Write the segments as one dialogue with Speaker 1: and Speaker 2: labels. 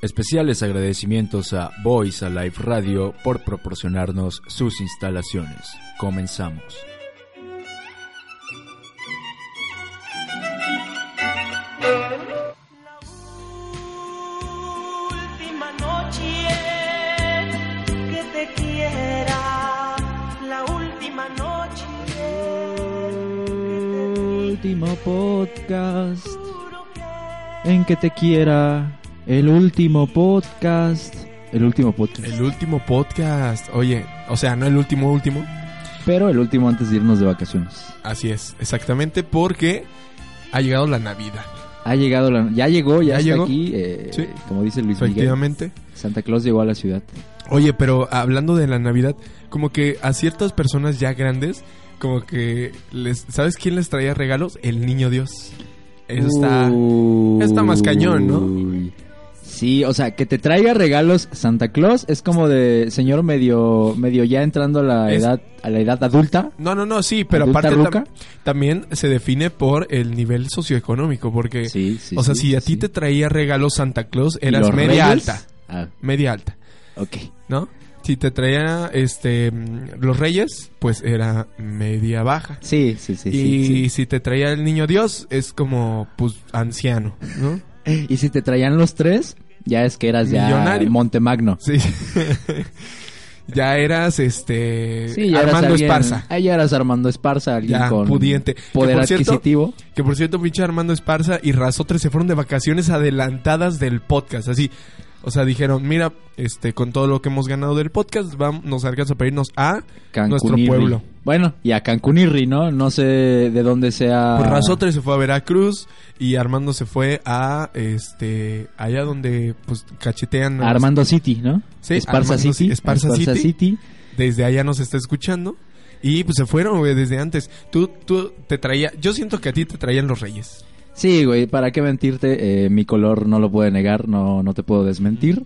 Speaker 1: Especiales agradecimientos a Voice Alive Radio por proporcionarnos sus instalaciones. Comenzamos.
Speaker 2: última noche que te quiera, la última noche que te
Speaker 3: último podcast en que te quiera. El último podcast. El último podcast.
Speaker 4: El último podcast. Oye, o sea, no el último último.
Speaker 3: Pero el último antes de irnos de vacaciones.
Speaker 4: Así es, exactamente porque ha llegado la Navidad.
Speaker 3: Ha llegado la... Ya llegó, ya,
Speaker 4: Ya
Speaker 3: está
Speaker 4: llegó.
Speaker 3: aquí. eh,
Speaker 4: Sí.
Speaker 3: Como dice Luis Miguel.
Speaker 4: Efectivamente.
Speaker 3: Santa Claus llegó a la ciudad.
Speaker 4: Oye, pero hablando de la Navidad, como que a ciertas personas ya grandes, como que les, ¿sabes quién les traía regalos? El niño Dios. Eso está.
Speaker 3: Uh. Uy.
Speaker 4: está más cañón, ¿no?
Speaker 3: Sí, o sea, que te traiga regalos Santa Claus es como de señor medio medio ya entrando a la
Speaker 4: Es-
Speaker 3: edad a la edad adulta.
Speaker 4: No, no, no, sí, pero
Speaker 3: ¿Adulta
Speaker 4: aparte tam-
Speaker 3: ruca?
Speaker 4: también se define por el nivel socioeconómico, porque,
Speaker 3: Sí, sí.
Speaker 4: o sea,
Speaker 3: sí,
Speaker 4: si a
Speaker 3: sí.
Speaker 4: ti te traía regalos Santa Claus,
Speaker 3: ¿Y
Speaker 4: eras
Speaker 3: los
Speaker 4: media
Speaker 3: Reyes?
Speaker 4: alta,
Speaker 3: Ah,
Speaker 4: media alta.
Speaker 3: ok.
Speaker 4: ¿no? Si te traía este mm, los reyes, pues era media baja.
Speaker 3: Sí, sí, sí, sí,
Speaker 4: y
Speaker 3: sí.
Speaker 4: si te traía el niño Dios, es como pues anciano, ¿no?
Speaker 3: Y si te traían los tres, ya es que eras ya
Speaker 4: Millonario.
Speaker 3: Montemagno.
Speaker 4: Sí. ya eras este
Speaker 3: Sí, ya eras
Speaker 4: Armando
Speaker 3: alguien-
Speaker 4: Esparza.
Speaker 3: Ah, ya eras Armando Esparza, alguien
Speaker 4: Ya,
Speaker 3: con
Speaker 4: pudiente. Que,
Speaker 3: poder
Speaker 4: por cierto,
Speaker 3: adquisitivo.
Speaker 4: Que por cierto, pinche Armando Esparza y Razotre se fueron de vacaciones adelantadas del podcast, así. O sea, dijeron, mira, este, con todo lo que hemos ganado del podcast, vamos, nos alcanza para irnos a nuestro
Speaker 3: Cancunirri.
Speaker 4: pueblo.
Speaker 3: Bueno, y a Cancunirri, ¿no? No sé de dónde sea.
Speaker 4: Pues Razotre se fue a Veracruz y Armando se fue a este allá donde pues cachetean a los-
Speaker 3: Armando City, ¿no?
Speaker 4: Sí,
Speaker 3: Esparza
Speaker 4: Armando-
Speaker 3: City.
Speaker 4: Esparza City.
Speaker 3: City.
Speaker 4: desde allá nos está escuchando y pues se fueron güey desde antes. Tú tú te traía, yo siento que a ti te traían los Reyes.
Speaker 3: Sí, güey, ¿para qué mentirte? Eh, mi color no lo puede negar, no, no te puedo desmentir.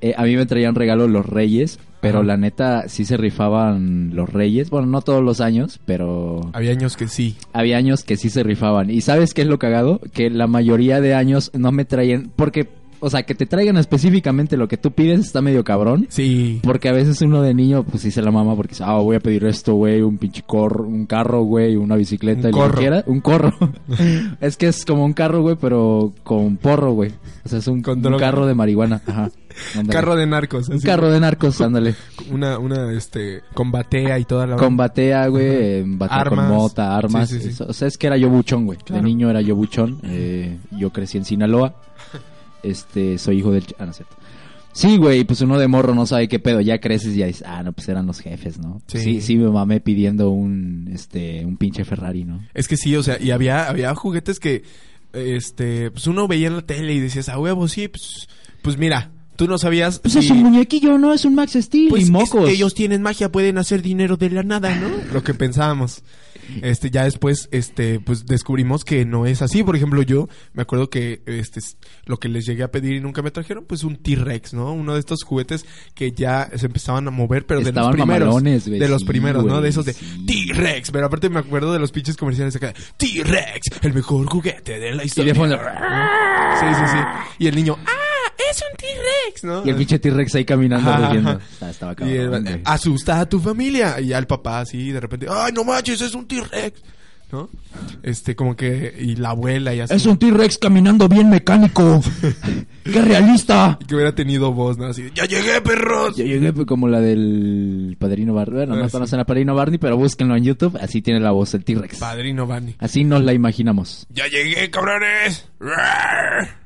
Speaker 3: Eh, a mí me traían regalo los reyes, pero
Speaker 4: Ajá.
Speaker 3: la neta sí se rifaban los reyes. Bueno, no todos los años, pero
Speaker 4: Había años que sí.
Speaker 3: había años que sí se rifaban. ¿Y sabes qué es lo cagado? Que la mayoría de años no me traían, porque, o sea, que te traigan específicamente lo que tú pides está medio cabrón.
Speaker 4: Sí.
Speaker 3: Porque a veces uno de niño, pues sí se la mama porque dice, ah, voy a pedir esto, güey, un pinche corro, un carro, güey, una bicicleta,
Speaker 4: Un
Speaker 3: y lo que
Speaker 4: corro.
Speaker 3: quiera. Un corro. es que es como un carro, güey, pero con porro, güey. O sea, es un,
Speaker 4: Con
Speaker 3: un
Speaker 4: droga.
Speaker 3: carro de marihuana. Ajá. Ándale.
Speaker 4: Carro de narcos,
Speaker 3: un
Speaker 4: así.
Speaker 3: carro de narcos, ándale.
Speaker 4: una una este combatea y toda la
Speaker 3: Con batea, güey, en batea
Speaker 4: Armas.
Speaker 3: con mota, armas.
Speaker 4: Sí, sí, sí.
Speaker 3: Eso- O sea, es que era yo buchón, güey.
Speaker 4: Claro.
Speaker 3: De niño era yo buchón. eh, yo crecí en Sinaloa. Este, soy hijo del... ch- Ah, no es cierto. Sí, güey, pues uno de morro no sabe qué pedo. Ya creces y ya dices, ah, no, pues eran los jefes, ¿no?
Speaker 4: Sí.
Speaker 3: Sí. sí, me mamé pidiendo un, este, un pinche Ferrari, ¿no?
Speaker 4: Es que sí, o sea, y había, había juguetes que, este, pues uno veía en la tele y decías, a huevo, sí, pues, pues mira, tú no sabías.
Speaker 3: Pues
Speaker 4: si-
Speaker 3: es un muñequillo, ¿no? Es un Max Steel
Speaker 4: pues
Speaker 3: y
Speaker 4: es-
Speaker 3: mocos.
Speaker 4: ellos tienen magia, pueden hacer dinero de la nada, ¿no? Lo que pensábamos. Este, ya después, este, pues descubrimos que no es así. Por ejemplo, yo me acuerdo que, este, s- lo que les llegué a pedir y nunca me trajeron, pues un T-Rex, ¿no? Uno de estos juguetes que ya se empezaban a mover, pero de los
Speaker 3: Estaban
Speaker 4: primeros.
Speaker 3: mamalones, güey,
Speaker 4: de los
Speaker 3: sí,
Speaker 4: primeros, ¿no?
Speaker 3: güey,
Speaker 4: De esos de
Speaker 3: sí.
Speaker 4: T-Rex. Pero aparte me acuerdo de los pinches comerciales acá. de, T-Rex, el mejor juguete de la
Speaker 3: Y
Speaker 4: historia.
Speaker 3: de fondo...
Speaker 4: Sí, sí, sí. Y el niño, ¡ah! ¡Es un T-Rex! ¿no?
Speaker 3: Y el pinche T-Rex ahí caminando,
Speaker 4: Ajá,
Speaker 3: riendo.
Speaker 4: ajá.
Speaker 3: Ah, estaba
Speaker 4: Y el- ah,
Speaker 3: cabrón, güey.
Speaker 4: asusta a tu familia. Y al papá así, de repente, ¡ay, no manches, es un T-Rex! ¿No? Este, como que, y la abuela y así.
Speaker 3: Es un T-Rex caminando bien mecánico. ¡Qué realista!
Speaker 4: Y Que hubiera tenido voz, ¿no? Así, de, ¡ya llegué, perros!
Speaker 3: Yo llegué pues, como la del Padrino Barney. Bueno,
Speaker 4: Ah,
Speaker 3: no
Speaker 4: sí.
Speaker 3: conocen a Padrino Barney, pero búsquenlo en YouTube. Así tiene la voz el T-Rex.
Speaker 4: Padrino Bani.
Speaker 3: Así nos la imaginamos.
Speaker 4: ¡Ya llegué, cabrones! ¡Rar!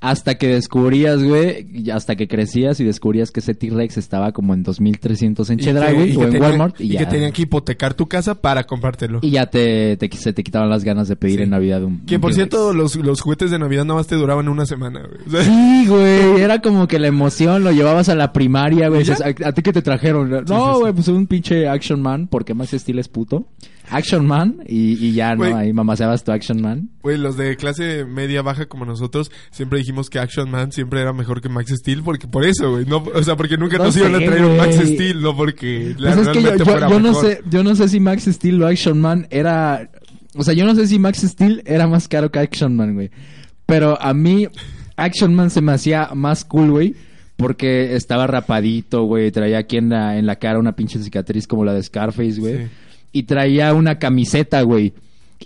Speaker 3: Hasta que descubrías, güey, y hasta que crecías y descubrías que ese T-Rex estaba como en 2300 en
Speaker 4: Y
Speaker 3: Chedraui
Speaker 4: que- y
Speaker 3: o
Speaker 4: que
Speaker 3: en
Speaker 4: tenía-
Speaker 3: Walmart y,
Speaker 4: y
Speaker 3: ya.
Speaker 4: que tenían que hipotecar tu casa para compártelo.
Speaker 3: Y ya te, te, se te quitaban las ganas de pedir
Speaker 4: Sí.
Speaker 3: en Navidad un.
Speaker 4: Que
Speaker 3: un
Speaker 4: por
Speaker 3: T-Rex.
Speaker 4: cierto, los, los juguetes de Navidad nada más te duraban una semana, güey. O sea,
Speaker 3: Sí, güey, era como que la emoción, lo llevabas a la primaria, güey.
Speaker 4: ¿Y ya?
Speaker 3: dices, ¿A, a ti qué te trajeron?
Speaker 4: sí,
Speaker 3: No,
Speaker 4: sí.
Speaker 3: güey, pues un pinche Action Man, porque más estilo es puto. Action Man, y, y ya,
Speaker 4: Güey.
Speaker 3: ¿no? Ahí mamaseabas tu Action Man.
Speaker 4: Güey, los de clase media baja como nosotros siempre dijimos que Action Man siempre era mejor que Max Steel porque por eso, güey, no, o sea, porque nunca
Speaker 3: No
Speaker 4: nos iban a
Speaker 3: sé,
Speaker 4: traer un Max
Speaker 3: güey.
Speaker 4: Steel, no porque la-
Speaker 3: Pues es que yo,
Speaker 4: realmente
Speaker 3: yo-
Speaker 4: fuera
Speaker 3: yo no
Speaker 4: mejor.
Speaker 3: sé, yo no sé si Max Steel o Action Man era... O sea, yo no sé si Max Steel era más caro que Action Man, güey. Pero a mí, Action Man se me hacía más cool, güey. Porque estaba rapadito, güey. Traía aquí en la, en la cara una pinche cicatriz como la de Scarface, güey.
Speaker 4: Sí.
Speaker 3: Y traía una camiseta, güey.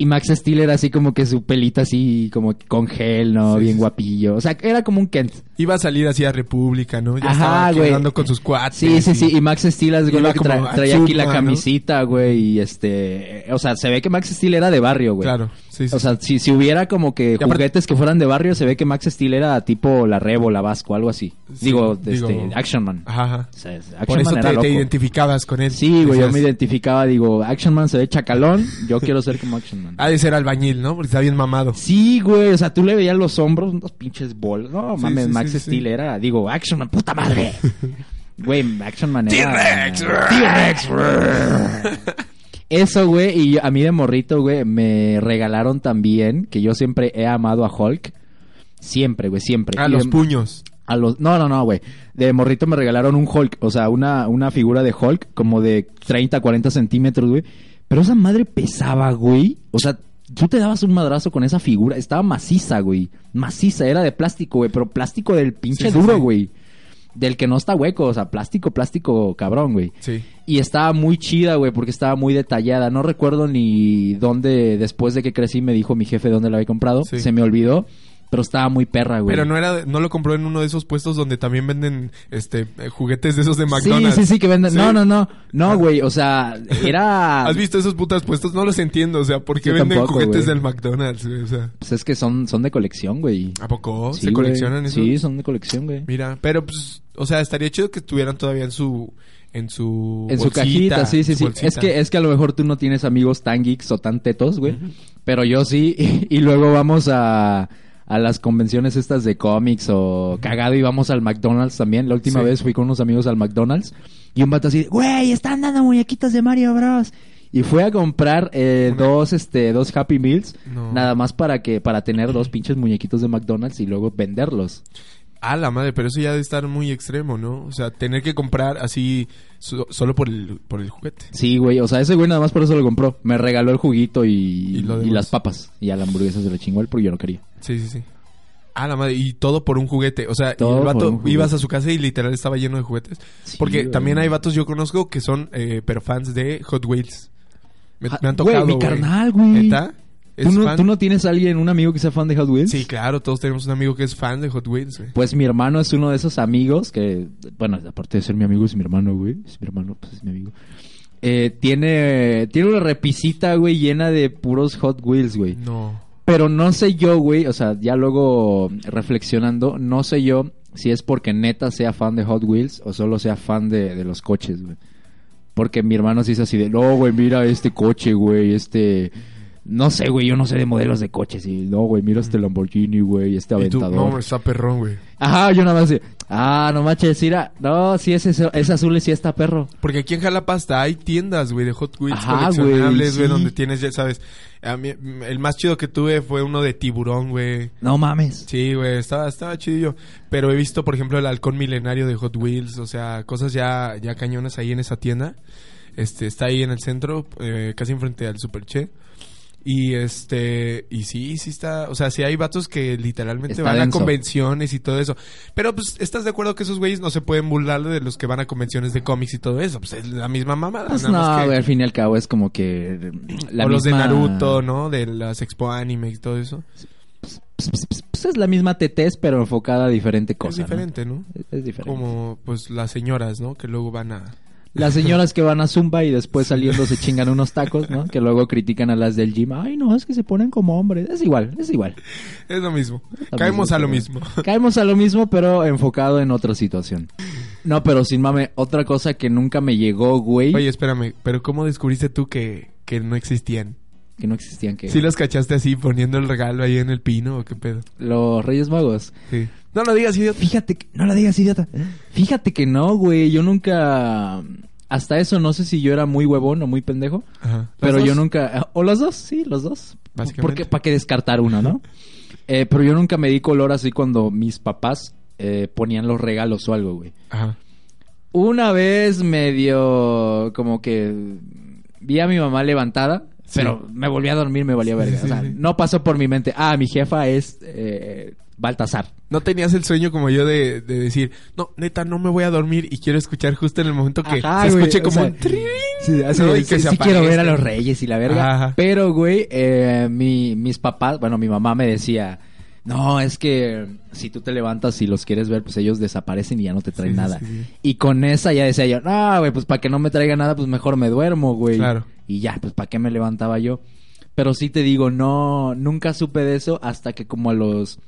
Speaker 3: Y Max Steel era así como que su pelita así, como con gel, ¿no?
Speaker 4: Sí,
Speaker 3: Bien
Speaker 4: sí.
Speaker 3: guapillo. O sea, era como un Kent.
Speaker 4: Iba a salir así a República, ¿no? Pues Ya
Speaker 3: Ajá,
Speaker 4: estaba aquí
Speaker 3: güey.
Speaker 4: andando con sus cuates.
Speaker 3: Sí, sí, sí.
Speaker 4: y-
Speaker 3: Y Max Steel es
Speaker 4: Iba
Speaker 3: güey, que tra-
Speaker 4: como a
Speaker 3: traía aquí la
Speaker 4: Superman, ¿no?
Speaker 3: camisita, güey. Y este. O sea, se ve que Max Steel era de barrio, güey.
Speaker 4: Claro, sí, sí.
Speaker 3: O sea, si, si hubiera como que
Speaker 4: aparte-
Speaker 3: juguetes que fueran de barrio, se ve que Max Steel era tipo la Rebo, la Vasco, algo así.
Speaker 4: Sí,
Speaker 3: digo,
Speaker 4: digo-
Speaker 3: este, Action Man.
Speaker 4: Ajá, ajá.
Speaker 3: O sea, Action
Speaker 4: Por eso
Speaker 3: Man era
Speaker 4: te,
Speaker 3: loco.
Speaker 4: te identificabas con él.
Speaker 3: Sí, güey, yo
Speaker 4: Decías,
Speaker 3: me identificaba, digo, Action Man se ve chacalón, yo quiero ser como Action Man.
Speaker 4: Ha de ser albañil, ¿no? Porque está bien mamado.
Speaker 3: Sí, güey, o sea, tú le veías los hombros, unos pinches bolas. No,
Speaker 4: Sí,
Speaker 3: mames,
Speaker 4: sí,
Speaker 3: Max
Speaker 4: sí, sí.
Speaker 3: Steel era, digo, Action Man, puta madre. Güey, Action Man era...
Speaker 4: T-Rex.
Speaker 3: T-Rex. güey. Eso, güey, y yo- a mí de morrito, güey, me regalaron también, que yo siempre he amado a Hulk. Siempre, güey, siempre.
Speaker 4: A
Speaker 3: Y
Speaker 4: Ah,
Speaker 3: em,
Speaker 4: los
Speaker 3: de-
Speaker 4: puños.
Speaker 3: a los... No, no, no, güey. De morrito me regalaron un Hulk, o sea, una, una figura de Hulk como de 30, 40 centímetros, güey. Pero esa madre pesaba, güey. O sea, tú te dabas un madrazo con esa figura. Estaba maciza, güey. Maciza, era de plástico, güey. Pero plástico del pinche
Speaker 4: Sí, sí,
Speaker 3: duro,
Speaker 4: sí.
Speaker 3: güey. Del que no está hueco, o sea, plástico, plástico, cabrón, güey.
Speaker 4: Sí.
Speaker 3: Y estaba muy chida, güey, porque estaba muy detallada. No recuerdo ni dónde, después de que crecí, me dijo mi jefe dónde la había comprado.
Speaker 4: Sí.
Speaker 3: Se me olvidó, pero estaba muy perra, güey.
Speaker 4: Pero no era, no lo compró en uno de esos puestos donde también venden este eh, juguetes de esos de McDonald's.
Speaker 3: Sí, sí, sí, que venden.
Speaker 4: ¿Sí?
Speaker 3: No,
Speaker 4: Ah.
Speaker 3: no, no. No, güey, o sea, era.
Speaker 4: ¿Has visto esos putas puestos? No los entiendo, o sea, ¿por qué
Speaker 3: Ah. Yo
Speaker 4: venden
Speaker 3: tampoco,
Speaker 4: juguetes
Speaker 3: güey.
Speaker 4: del McDonald's? güey? O sea,
Speaker 3: Pues es que son, son de colección, güey.
Speaker 4: ¿a poco
Speaker 3: Sí,
Speaker 4: Ah, se
Speaker 3: güey.
Speaker 4: coleccionan esos?
Speaker 3: Sí, son de colección, güey.
Speaker 4: Mira, pero pues, o sea, estaría chido que estuvieran todavía en su en su
Speaker 3: En su
Speaker 4: bolsita,
Speaker 3: cajita, sí, sí,
Speaker 4: su
Speaker 3: sí.
Speaker 4: bolsita.
Speaker 3: Es que, es que a lo mejor tú no tienes amigos tan geeks o tan tetos, güey. Pero yo sí. Y luego vamos a, a las convenciones estas de cómics o cagado y vamos al McDonald's también. La última
Speaker 4: Sí.
Speaker 3: vez fui con unos amigos al McDonald's y un vato así, güey, están dando muñequitos de Mario Bros. Y fue a comprar eh,
Speaker 4: Una-
Speaker 3: dos, este, dos Happy Meals,
Speaker 4: No.
Speaker 3: nada más para que, para tener dos pinches muñequitos de McDonald's y luego venderlos.
Speaker 4: Ah, la madre, pero eso ya debe estar muy extremo, ¿no? O sea, tener que comprar así so- solo por el por el juguete.
Speaker 3: Sí, güey. O sea, ese güey nada más por eso lo compró. Me regaló el juguito y,
Speaker 4: Y lo
Speaker 3: y
Speaker 4: demás.
Speaker 3: las papas. Y a la hamburguesa se le chingó él porque yo no quería.
Speaker 4: Sí, sí, sí. Ah, la madre, y todo por un juguete. O sea, y
Speaker 3: Todo
Speaker 4: el
Speaker 3: por un
Speaker 4: vato
Speaker 3: juguete.
Speaker 4: ibas a su casa y literal estaba lleno de juguetes.
Speaker 3: Sí,
Speaker 4: Porque
Speaker 3: güey.
Speaker 4: también hay vatos yo conozco que son eh, pero fans de Hot Wheels. Me,
Speaker 3: Ah,
Speaker 4: me han
Speaker 3: güey,
Speaker 4: tocado.
Speaker 3: mi carnal, güey.
Speaker 4: ¿Neta?
Speaker 3: ¿Tú
Speaker 4: ¿Es
Speaker 3: no,
Speaker 4: fan?
Speaker 3: tú no tienes alguien, un amigo que sea fan de Hot Wheels?
Speaker 4: Sí, claro, todos tenemos un amigo que es fan de Hot Wheels, güey.
Speaker 3: Pues mi hermano es uno de esos amigos que, bueno, aparte de ser mi amigo, es mi hermano, güey. Es mi hermano, pues es mi amigo. Eh, tiene, tiene una repisita, güey, llena de puros Hot Wheels, güey.
Speaker 4: No.
Speaker 3: Pero no sé yo, güey, o sea, ya luego reflexionando, no sé yo si es porque neta sea fan de Hot Wheels o solo sea fan de, de los coches, güey. Porque mi hermano se hizo así de, no, güey, mira este coche, güey, este... No sé, güey, yo no sé de modelos de coches. Y no, güey, mira este Lamborghini, güey, este
Speaker 4: Mm. Y tú,
Speaker 3: Aventador.
Speaker 4: no, está perrón, güey.
Speaker 3: Ajá, yo nada más de, ah, no manches, mira, no, sí es, ese- es azul y sí está perro.
Speaker 4: Porque aquí en Jalapasta hay tiendas, güey, de Hot Wheels
Speaker 3: Ajá, güey,
Speaker 4: coleccionables, güey,
Speaker 3: sí.
Speaker 4: donde tienes, ya sabes. A mí, mm, el más chido que tuve fue uno de tiburón, güey.
Speaker 3: No mames.
Speaker 4: Sí, güey, estaba, estaba chidillo. Pero he visto, por ejemplo, el halcón milenario de Hot Wheels, o sea, cosas ya, ya cañonas ahí en esa tienda. Este, está ahí en el centro, eh, casi enfrente al Super Che. Y este, y sí, sí está, o sea, sí hay vatos que literalmente
Speaker 3: Está
Speaker 4: van a
Speaker 3: denso.
Speaker 4: convenciones y todo eso. Pero pues, ¿estás de acuerdo que esos güeyes no se pueden burlar de los que van a convenciones de cómics y todo eso? Pues es la misma mamada,
Speaker 3: Pues
Speaker 4: nada más
Speaker 3: no,
Speaker 4: que-
Speaker 3: güey, al fin y al cabo es como que... la
Speaker 4: o los de
Speaker 3: misma-
Speaker 4: Naruto, ¿no? De las expo anime y todo eso.
Speaker 3: pues, pues, pues, pues, es la misma TTS, pero enfocada a diferente cosa.
Speaker 4: es
Speaker 3: ¿no?
Speaker 4: diferente, ¿no?
Speaker 3: Es, es diferente.
Speaker 4: Como pues las señoras, ¿no? Que luego van a...
Speaker 3: Las señoras que van a Zumba y después saliendo se chingan unos tacos, ¿no? Que luego critican a las del gym. Ay, no, es que se ponen como hombres. Es igual, es igual.
Speaker 4: Es lo mismo.
Speaker 3: lo
Speaker 4: Caemos
Speaker 3: mismo,
Speaker 4: a lo
Speaker 3: pero-
Speaker 4: mismo.
Speaker 3: Caemos a lo mismo, pero enfocado en otra situación. No, pero sin mame, otra cosa que nunca me llegó, güey.
Speaker 4: Oye, espérame, pero ¿cómo descubriste tú que, que no existían?
Speaker 3: Que no existían, que...
Speaker 4: ¿Sí los cachaste así poniendo el regalo ahí en el pino o qué pedo?
Speaker 3: Los Reyes Magos.
Speaker 4: Sí. No lo digas, idiota.
Speaker 3: Fíjate que... No la digas, idiota. Fíjate que no, güey. Yo nunca... Hasta eso, no sé si yo era muy huevón o muy pendejo.
Speaker 4: Ajá.
Speaker 3: Pero
Speaker 4: ¿Los
Speaker 3: yo
Speaker 4: dos?
Speaker 3: nunca. O los dos, sí, los dos.
Speaker 4: Básicamente.
Speaker 3: Porque para qué descartar uno, ¿no? Eh, pero yo nunca me di color así cuando mis papás eh, ponían los regalos o algo, güey.
Speaker 4: Ajá.
Speaker 3: Una vez medio como que vi a mi mamá levantada,
Speaker 4: Sí.
Speaker 3: pero me volví a dormir, me valía verga.
Speaker 4: sí,
Speaker 3: o sea,
Speaker 4: sí.
Speaker 3: no pasó por mi mente. Ah, mi jefa es eh, Baltasar.
Speaker 4: No tenías el sueño como yo de, de decir, no, neta, no me voy a dormir y quiero escuchar justo en el momento que
Speaker 3: Ajá,
Speaker 4: se
Speaker 3: güey,
Speaker 4: escuche
Speaker 3: o
Speaker 4: como
Speaker 3: sea,
Speaker 4: un trin,
Speaker 3: Sí, así,
Speaker 4: ¿no?
Speaker 3: güey,
Speaker 4: Y que
Speaker 3: sí,
Speaker 4: se
Speaker 3: sí quiero ver a los
Speaker 4: aparezca.
Speaker 3: reyes y la verga.
Speaker 4: Ajá.
Speaker 3: Pero, güey, eh, mi- mis papás, bueno, mi mamá me decía, no, es que si tú te levantas y los quieres ver, pues ellos desaparecen y ya no te traen
Speaker 4: Sí, sí,
Speaker 3: nada.
Speaker 4: sí, sí.
Speaker 3: Y con esa ya decía yo, no, güey, pues para que no me traiga nada, pues mejor me duermo, güey.
Speaker 4: Claro.
Speaker 3: Y ya, pues para qué me levantaba yo. Pero sí te digo, no, nunca supe de eso hasta que como a los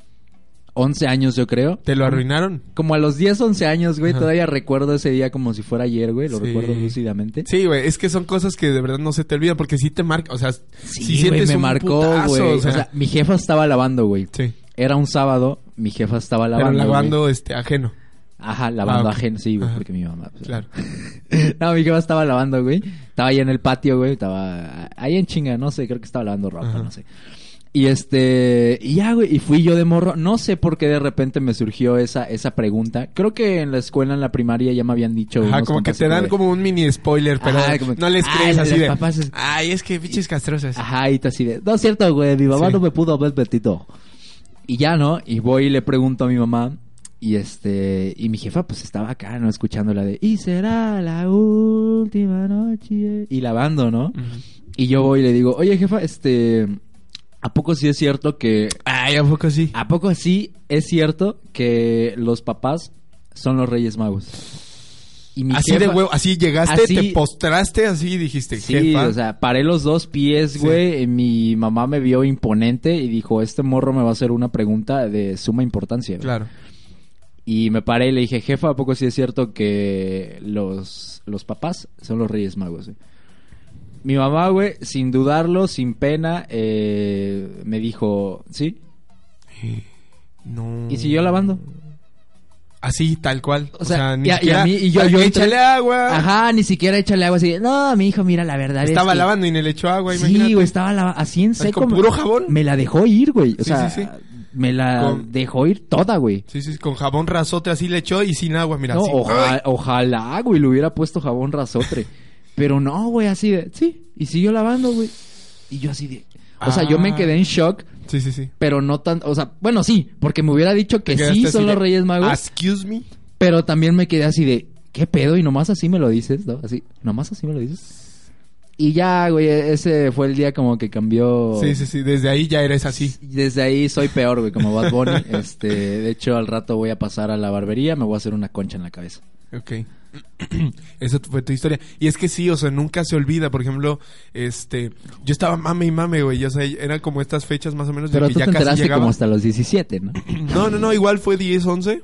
Speaker 3: 11 años, yo creo.
Speaker 4: ¿Te lo arruinaron?
Speaker 3: Como a los 10, 11 años, güey,
Speaker 4: Ajá.
Speaker 3: todavía recuerdo ese día como si fuera ayer, güey. Lo
Speaker 4: Sí.
Speaker 3: recuerdo lúcidamente.
Speaker 4: Sí, güey, es que son cosas que de verdad no se te olvidan porque sí te marca, o sea,
Speaker 3: Sí,
Speaker 4: sí,
Speaker 3: güey,
Speaker 4: sientes
Speaker 3: me
Speaker 4: un
Speaker 3: marcó,
Speaker 4: putazo,
Speaker 3: güey. O, sea, mi jefa estaba lavando, güey.
Speaker 4: sí.
Speaker 3: Era un sábado, mi jefa estaba
Speaker 4: Pero
Speaker 3: lavando.
Speaker 4: lavando
Speaker 3: güey.
Speaker 4: este ajeno,
Speaker 3: Ajá, lavando
Speaker 4: Ah, ok.
Speaker 3: ajeno, sí, güey,
Speaker 4: Ajá.
Speaker 3: porque mi mamá. pues,
Speaker 4: claro.
Speaker 3: no, mi jefa estaba lavando, güey. Estaba ahí en el patio, güey. Estaba ahí en chinga, no sé, creo que estaba lavando ropa,
Speaker 4: Ajá.
Speaker 3: no sé. Y este, y ya, güey, y fui yo de morro. No sé por qué de repente me surgió esa, esa pregunta. Creo que en la escuela, en la primaria, ya me habían dicho.
Speaker 4: Ajá,
Speaker 3: unos
Speaker 4: como que
Speaker 3: compas
Speaker 4: te dan
Speaker 3: de-
Speaker 4: como un mini spoiler, pero
Speaker 3: Ajá, como que,
Speaker 4: no les
Speaker 3: ay,
Speaker 4: crees
Speaker 3: los
Speaker 4: así de.
Speaker 3: papás es-
Speaker 4: Ay, es que bichis castrosas.
Speaker 3: Ajá, y te así de, no es cierto, güey, mi mamá
Speaker 4: Sí.
Speaker 3: no me pudo ver Betito. Y ya, ¿no? Y voy y le pregunto a mi mamá, y este, y mi jefa pues estaba acá, ¿no? Escuchando la de, y será la última noche, y lavando, ¿no?
Speaker 4: Ujú.
Speaker 3: Y yo voy y le digo, oye jefa, este, ¿a poco sí es cierto que,
Speaker 4: Ay, ¿a poco sí?
Speaker 3: a poco sí es cierto que los papás son los reyes magos? Y mi
Speaker 4: así de
Speaker 3: jefa-
Speaker 4: huevo, así llegaste,
Speaker 3: así-
Speaker 4: te postraste así y dijiste,
Speaker 3: Sí,
Speaker 4: jefa.
Speaker 3: o sea, paré los dos pies,
Speaker 4: Sí.
Speaker 3: güey. y Mi mamá me vio imponente y dijo, este morro me va a hacer una pregunta de suma importancia. güey".
Speaker 4: claro.
Speaker 3: Y me paré y le dije, jefa, ¿a poco sí es cierto que los, los papás son los reyes magos? güey?" Mi mamá, güey, sin dudarlo, sin pena, eh, me dijo, sí,
Speaker 4: No.
Speaker 3: eh, y siguió lavando.
Speaker 4: Así, tal cual.
Speaker 3: O
Speaker 4: O
Speaker 3: sea,
Speaker 4: sea, ni
Speaker 3: y a- y a
Speaker 4: siquiera.
Speaker 3: mí- y yo- yo entré-
Speaker 4: Échale agua.
Speaker 3: Ajá, ni siquiera échale agua así. No, mi hijo, mira, la verdad es
Speaker 4: Estaba
Speaker 3: que-
Speaker 4: lavando y no le echó agua,
Speaker 3: Sí,
Speaker 4: imagínate.
Speaker 3: güey, estaba la- así en
Speaker 4: Así
Speaker 3: seco.
Speaker 4: con
Speaker 3: me-
Speaker 4: puro jabón.
Speaker 3: Me la dejó ir, güey. O
Speaker 4: Sí,
Speaker 3: sea,
Speaker 4: sí, sí.
Speaker 3: me la
Speaker 4: Con-
Speaker 3: dejó ir toda, güey.
Speaker 4: Sí, sí, con jabón rasote así le echó y sin agua, mira.
Speaker 3: No,
Speaker 4: así.
Speaker 3: oja- ojalá, güey, le hubiera puesto jabón rasotre. Pero no, güey, así de, sí. Y siguió lavando, güey. Y yo así de. O sea, yo me
Speaker 4: Ah.
Speaker 3: quedé en shock,
Speaker 4: Ay. Sí, sí, sí.
Speaker 3: pero no tan. O sea, bueno, sí, porque me hubiera dicho que
Speaker 4: Te
Speaker 3: sí
Speaker 4: quedaste así
Speaker 3: son los
Speaker 4: de,
Speaker 3: Reyes Magos,
Speaker 4: Excuse me.
Speaker 3: pero también me quedé así de, ¿qué pedo? Y nomás así me lo dices, ¿no? Así, nomás así me lo dices. Y ya, güey, ese fue el día como que cambió.
Speaker 4: Sí, sí, sí. Desde ahí ya eres así.
Speaker 3: Desde ahí soy peor, güey, como Bad Bunny. Este, de hecho, al rato voy a pasar a la barbería, me voy a hacer una concha en la cabeza.
Speaker 4: Ok. Esa fue tu historia. Y es que sí, o sea, nunca se olvida. Por ejemplo, este. Yo estaba mame y mame, güey. O sea, eran como estas fechas más o menos de
Speaker 3: Pero
Speaker 4: que
Speaker 3: tú te
Speaker 4: ya casi
Speaker 3: enteraste
Speaker 4: llegaba.
Speaker 3: como hasta los 17, ¿no?
Speaker 4: No, no, no, igual fue 10, 11.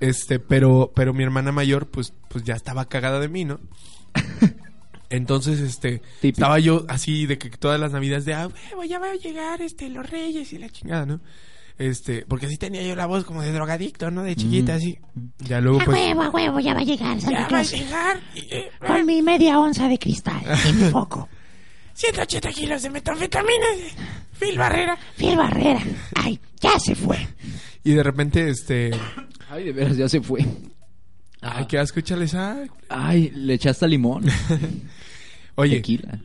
Speaker 4: Este, pero, pero mi hermana mayor, pues, pues ya estaba cagada de mí, ¿no? Entonces, este,
Speaker 3: Típico.
Speaker 4: estaba yo así de que todas las navidades de, ah, huevo, ya va a llegar, este, los reyes y la chingada, ¿no? Este, porque así tenía yo la voz como de drogadicto, ¿no? De chiquita, así. Ya luego,
Speaker 5: A
Speaker 4: pues,
Speaker 5: huevo, a huevo, ya va a llegar Santa
Speaker 6: Ya va a
Speaker 5: Claus
Speaker 6: llegar. eh,
Speaker 5: con mi media onza de cristal y mi foco.
Speaker 6: 180 kilos de metanfetaminas. Phil Barrera.
Speaker 5: Phil Barrera, ay, ya se fue.
Speaker 4: y de repente, este,
Speaker 3: Ay, de veras, ya se fue. Ah.
Speaker 4: ay, qué asco, échales, ay.
Speaker 3: Ay, le echaste limón,
Speaker 4: Oye,
Speaker 3: tequila.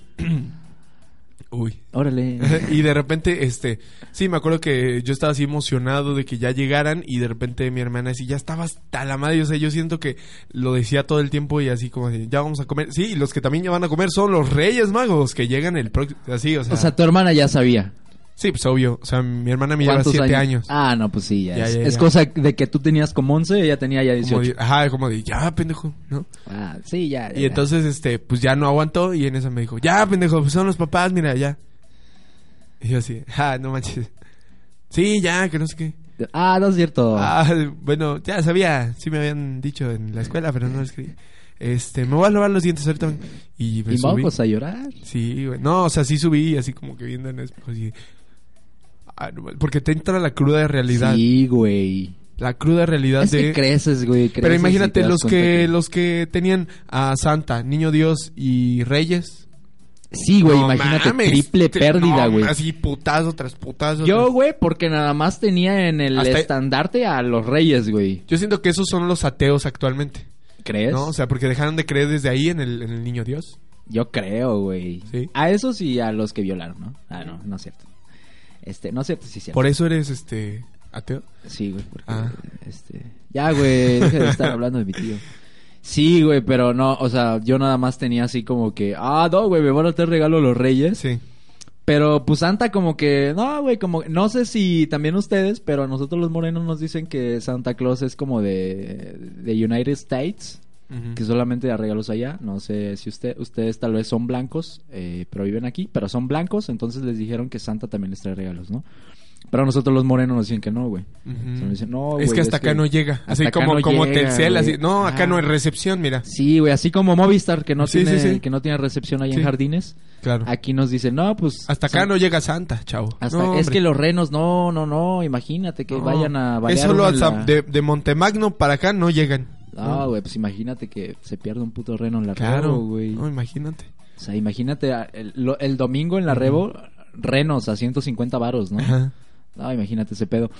Speaker 4: uy.
Speaker 3: Órale.
Speaker 4: y de repente, este, sí, me acuerdo que yo estaba así emocionado de que ya llegaran y de repente mi hermana así, ya estaba hasta la madre, o sea, yo siento que lo decía todo el tiempo y así como así, ya vamos a comer. Sí, y los que también ya van a comer son los Reyes Magos que llegan el próximo, así, o sea,
Speaker 3: O sea, tu hermana ya sabía.
Speaker 4: sí, pues obvio, o sea, mi hermana me lleva
Speaker 3: ¿Cuántos
Speaker 4: siete años.
Speaker 3: Ah, no, pues sí, ya.
Speaker 4: Ya,
Speaker 3: es,
Speaker 4: ya,
Speaker 3: es
Speaker 4: ya.
Speaker 3: cosa de que tú tenías como 11, ella tenía ya
Speaker 4: Como
Speaker 3: 18.
Speaker 4: de- ajá, como de, ya, pendejo, ¿no?
Speaker 3: Ah, sí, ya.
Speaker 4: Y
Speaker 3: ya.
Speaker 4: entonces, este, pues ya no aguantó y en eso me dijo, ya, pendejo, pues son los papás, mira, ya. Y yo así, ah, no manches. Sí, ya, que no sé qué.
Speaker 3: Ah, no es cierto.
Speaker 4: Ah, bueno, ya sabía, sí me habían dicho en la escuela, pero no lo escribí. Este, me voy a lavar los dientes ahorita. Y me
Speaker 3: y
Speaker 4: subí.
Speaker 3: vamos a llorar.
Speaker 4: Sí, güey. No, o sea, sí subí, así como que viendo en el espejo, así. Ah, no, porque te entra la cruda realidad.
Speaker 3: Sí, güey.
Speaker 4: La cruda realidad
Speaker 3: Es que
Speaker 4: de.
Speaker 3: creces, güey. creces
Speaker 4: pero
Speaker 3: y te
Speaker 4: imagínate
Speaker 3: das
Speaker 4: los
Speaker 3: cuenta
Speaker 4: que, los que tenían a Santa, Niño Dios y Reyes.
Speaker 3: Sí, güey,
Speaker 4: No
Speaker 3: imagínate,
Speaker 4: mames,
Speaker 3: triple
Speaker 4: te-
Speaker 3: pérdida,
Speaker 4: no,
Speaker 3: güey.
Speaker 4: así putazo tras putazo.
Speaker 3: Yo,
Speaker 4: tras-
Speaker 3: güey, porque nada más tenía en el
Speaker 4: Hasta-
Speaker 3: estandarte a los reyes, güey.
Speaker 4: Yo siento que esos son los ateos actualmente.
Speaker 3: ¿Crees?
Speaker 4: ¿No? O sea, porque dejaron de creer desde ahí en el, en el Niño Dios.
Speaker 3: Yo creo, güey.
Speaker 4: Sí.
Speaker 3: A esos y a los que violaron, ¿no? Ah, no, no es cierto. Este, no es cierto, sí es cierto.
Speaker 4: Por eso eres este ¿Ateo?
Speaker 3: Sí, güey, porque
Speaker 4: Ah.
Speaker 3: este ya, güey, deja de estar hablando de mi tío. Sí, güey, pero no, o sea, yo nada más tenía así como que, ah, no, güey, me van a hacer regalo los reyes.
Speaker 4: Sí.
Speaker 3: Pero pues Santa como que, no, güey, como, no sé si también ustedes, pero a nosotros los morenos nos dicen que Santa Claus es como de, de United States,
Speaker 4: Ujú.
Speaker 3: que solamente da regalos allá. No sé si usted, ustedes tal vez son blancos, eh, pero viven aquí, pero son blancos, entonces les dijeron que Santa también les trae regalos, ¿no? Pero a nosotros los morenos nos dicen que no, güey.
Speaker 4: Ujú.
Speaker 3: O sea, nos dicen, no,
Speaker 4: es
Speaker 3: güey,
Speaker 4: que hasta acá no llega.
Speaker 3: hasta
Speaker 4: Así
Speaker 3: acá
Speaker 4: como,
Speaker 3: no
Speaker 4: como
Speaker 3: llega,
Speaker 4: Telcel,
Speaker 3: güey.
Speaker 4: así. No, acá
Speaker 3: Ah.
Speaker 4: no hay recepción, mira.
Speaker 3: Sí, güey, así como Movistar que no
Speaker 4: Sí,
Speaker 3: tiene
Speaker 4: sí, sí.
Speaker 3: que no tiene recepción ahí
Speaker 4: Sí.
Speaker 3: en Jardines,
Speaker 4: Claro.
Speaker 3: aquí nos dicen, "No, pues
Speaker 4: Hasta acá no llega Santa, chavo.
Speaker 3: hasta
Speaker 4: No,
Speaker 3: es
Speaker 4: hombre.
Speaker 3: que los renos no, no, no, imagínate que
Speaker 4: No.
Speaker 3: vayan a balear
Speaker 4: Es solo
Speaker 3: uno en
Speaker 4: hasta
Speaker 3: la-
Speaker 4: de, de Montemagno para acá no llegan.
Speaker 3: No, güey, pues imagínate que se pierde un puto reno en la
Speaker 4: Claro,
Speaker 3: Rebo, güey.
Speaker 4: No, imagínate.
Speaker 3: O sea, imagínate a- el, lo- el domingo en la Rebo renos a 150 varos, ¿no?
Speaker 4: Ajá.
Speaker 3: No, imagínate ese pedo.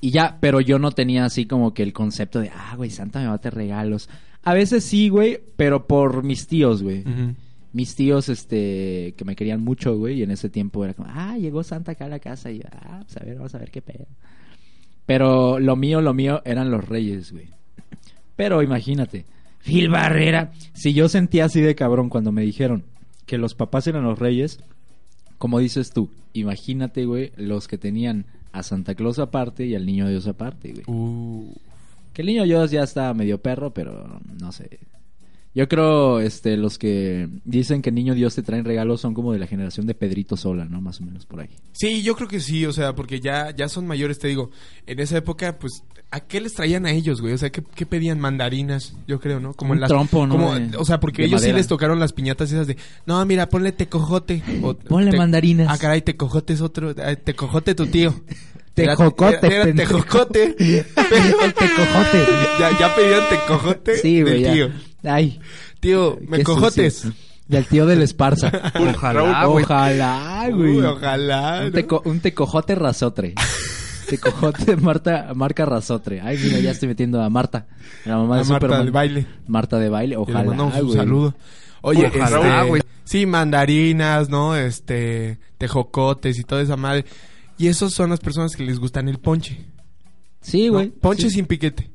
Speaker 3: Y ya, pero yo no tenía así como que el concepto de, ah, güey, Santa me va a hacer regalos. A veces sí, güey, pero por mis tíos, güey.
Speaker 4: Ujú.
Speaker 3: Mis tíos, este, que me querían mucho, güey, y en ese tiempo era como, ah, llegó Santa acá a la casa. Y yo, ah, pues a ver, vamos a ver qué pedo. Pero lo mío, lo mío eran los reyes, güey. Pero imagínate, Phil Barrera, si yo sentía así de cabrón cuando me dijeron que los papás eran los reyes, como dices tú, imagínate, güey, los que tenían a Santa Claus aparte y al niño Dios aparte, güey.
Speaker 4: Uh,
Speaker 3: Que el niño Dios ya está medio perro, pero no sé. Yo creo, este, los que dicen que niño Dios te traen regalos son como de la generación de Pedrito Sola, ¿no? Más o menos por ahí.
Speaker 4: Sí, yo creo que sí, o sea, porque ya, ya son mayores, te digo. En esa época, pues, ¿a qué les traían a ellos, güey? O sea, ¿qué, qué pedían? Mandarinas, yo creo, ¿no? Como
Speaker 3: Un
Speaker 4: en las,
Speaker 3: trompo, ¿no?
Speaker 4: como-
Speaker 3: De-
Speaker 4: o sea, porque
Speaker 3: de
Speaker 4: ellos sí
Speaker 3: madera.
Speaker 4: les tocaron las piñatas esas de, no, mira, ponle tecojote. O,
Speaker 3: Ponle mandarinas.
Speaker 4: Ah, caray, tecojote es otro. ah, Tecojote tu tío. Era-
Speaker 3: Tejocote,
Speaker 4: Era, era
Speaker 3: pendejo.
Speaker 4: tejocote.
Speaker 3: El tecojote.
Speaker 4: ya, ya pedían tecojote
Speaker 3: Sí, güey.
Speaker 4: del
Speaker 3: ya.
Speaker 4: tío.
Speaker 3: Ay.
Speaker 4: Tío, me
Speaker 3: qué
Speaker 4: cojotes.
Speaker 3: sucio. Del tío del Esparza.
Speaker 4: Raúl,
Speaker 3: Ojalá,
Speaker 4: güey.
Speaker 3: ojalá, güey.
Speaker 4: Uy, ojalá.
Speaker 3: Un,
Speaker 4: ¿no?
Speaker 3: teco- un tecojote rasotre. tecojote Marta, marca rasotre. Ay, mira, ya estoy metiendo a Marta. La mamá de
Speaker 4: A Marta
Speaker 3: Superman.
Speaker 4: del baile.
Speaker 3: Marta de baile,
Speaker 4: Y le
Speaker 3: ojalá.
Speaker 4: mandamos un
Speaker 3: güey.
Speaker 4: saludo. Oye,
Speaker 7: Ojalá,
Speaker 4: este,
Speaker 7: güey.
Speaker 4: sí, mandarinas, ¿no? Este, tejocotes y toda esa madre. Y esos son las personas que les gustan el ponche.
Speaker 3: Sí,
Speaker 4: ¿no?
Speaker 3: güey.
Speaker 4: Ponche
Speaker 3: Sí.
Speaker 4: sin piquete.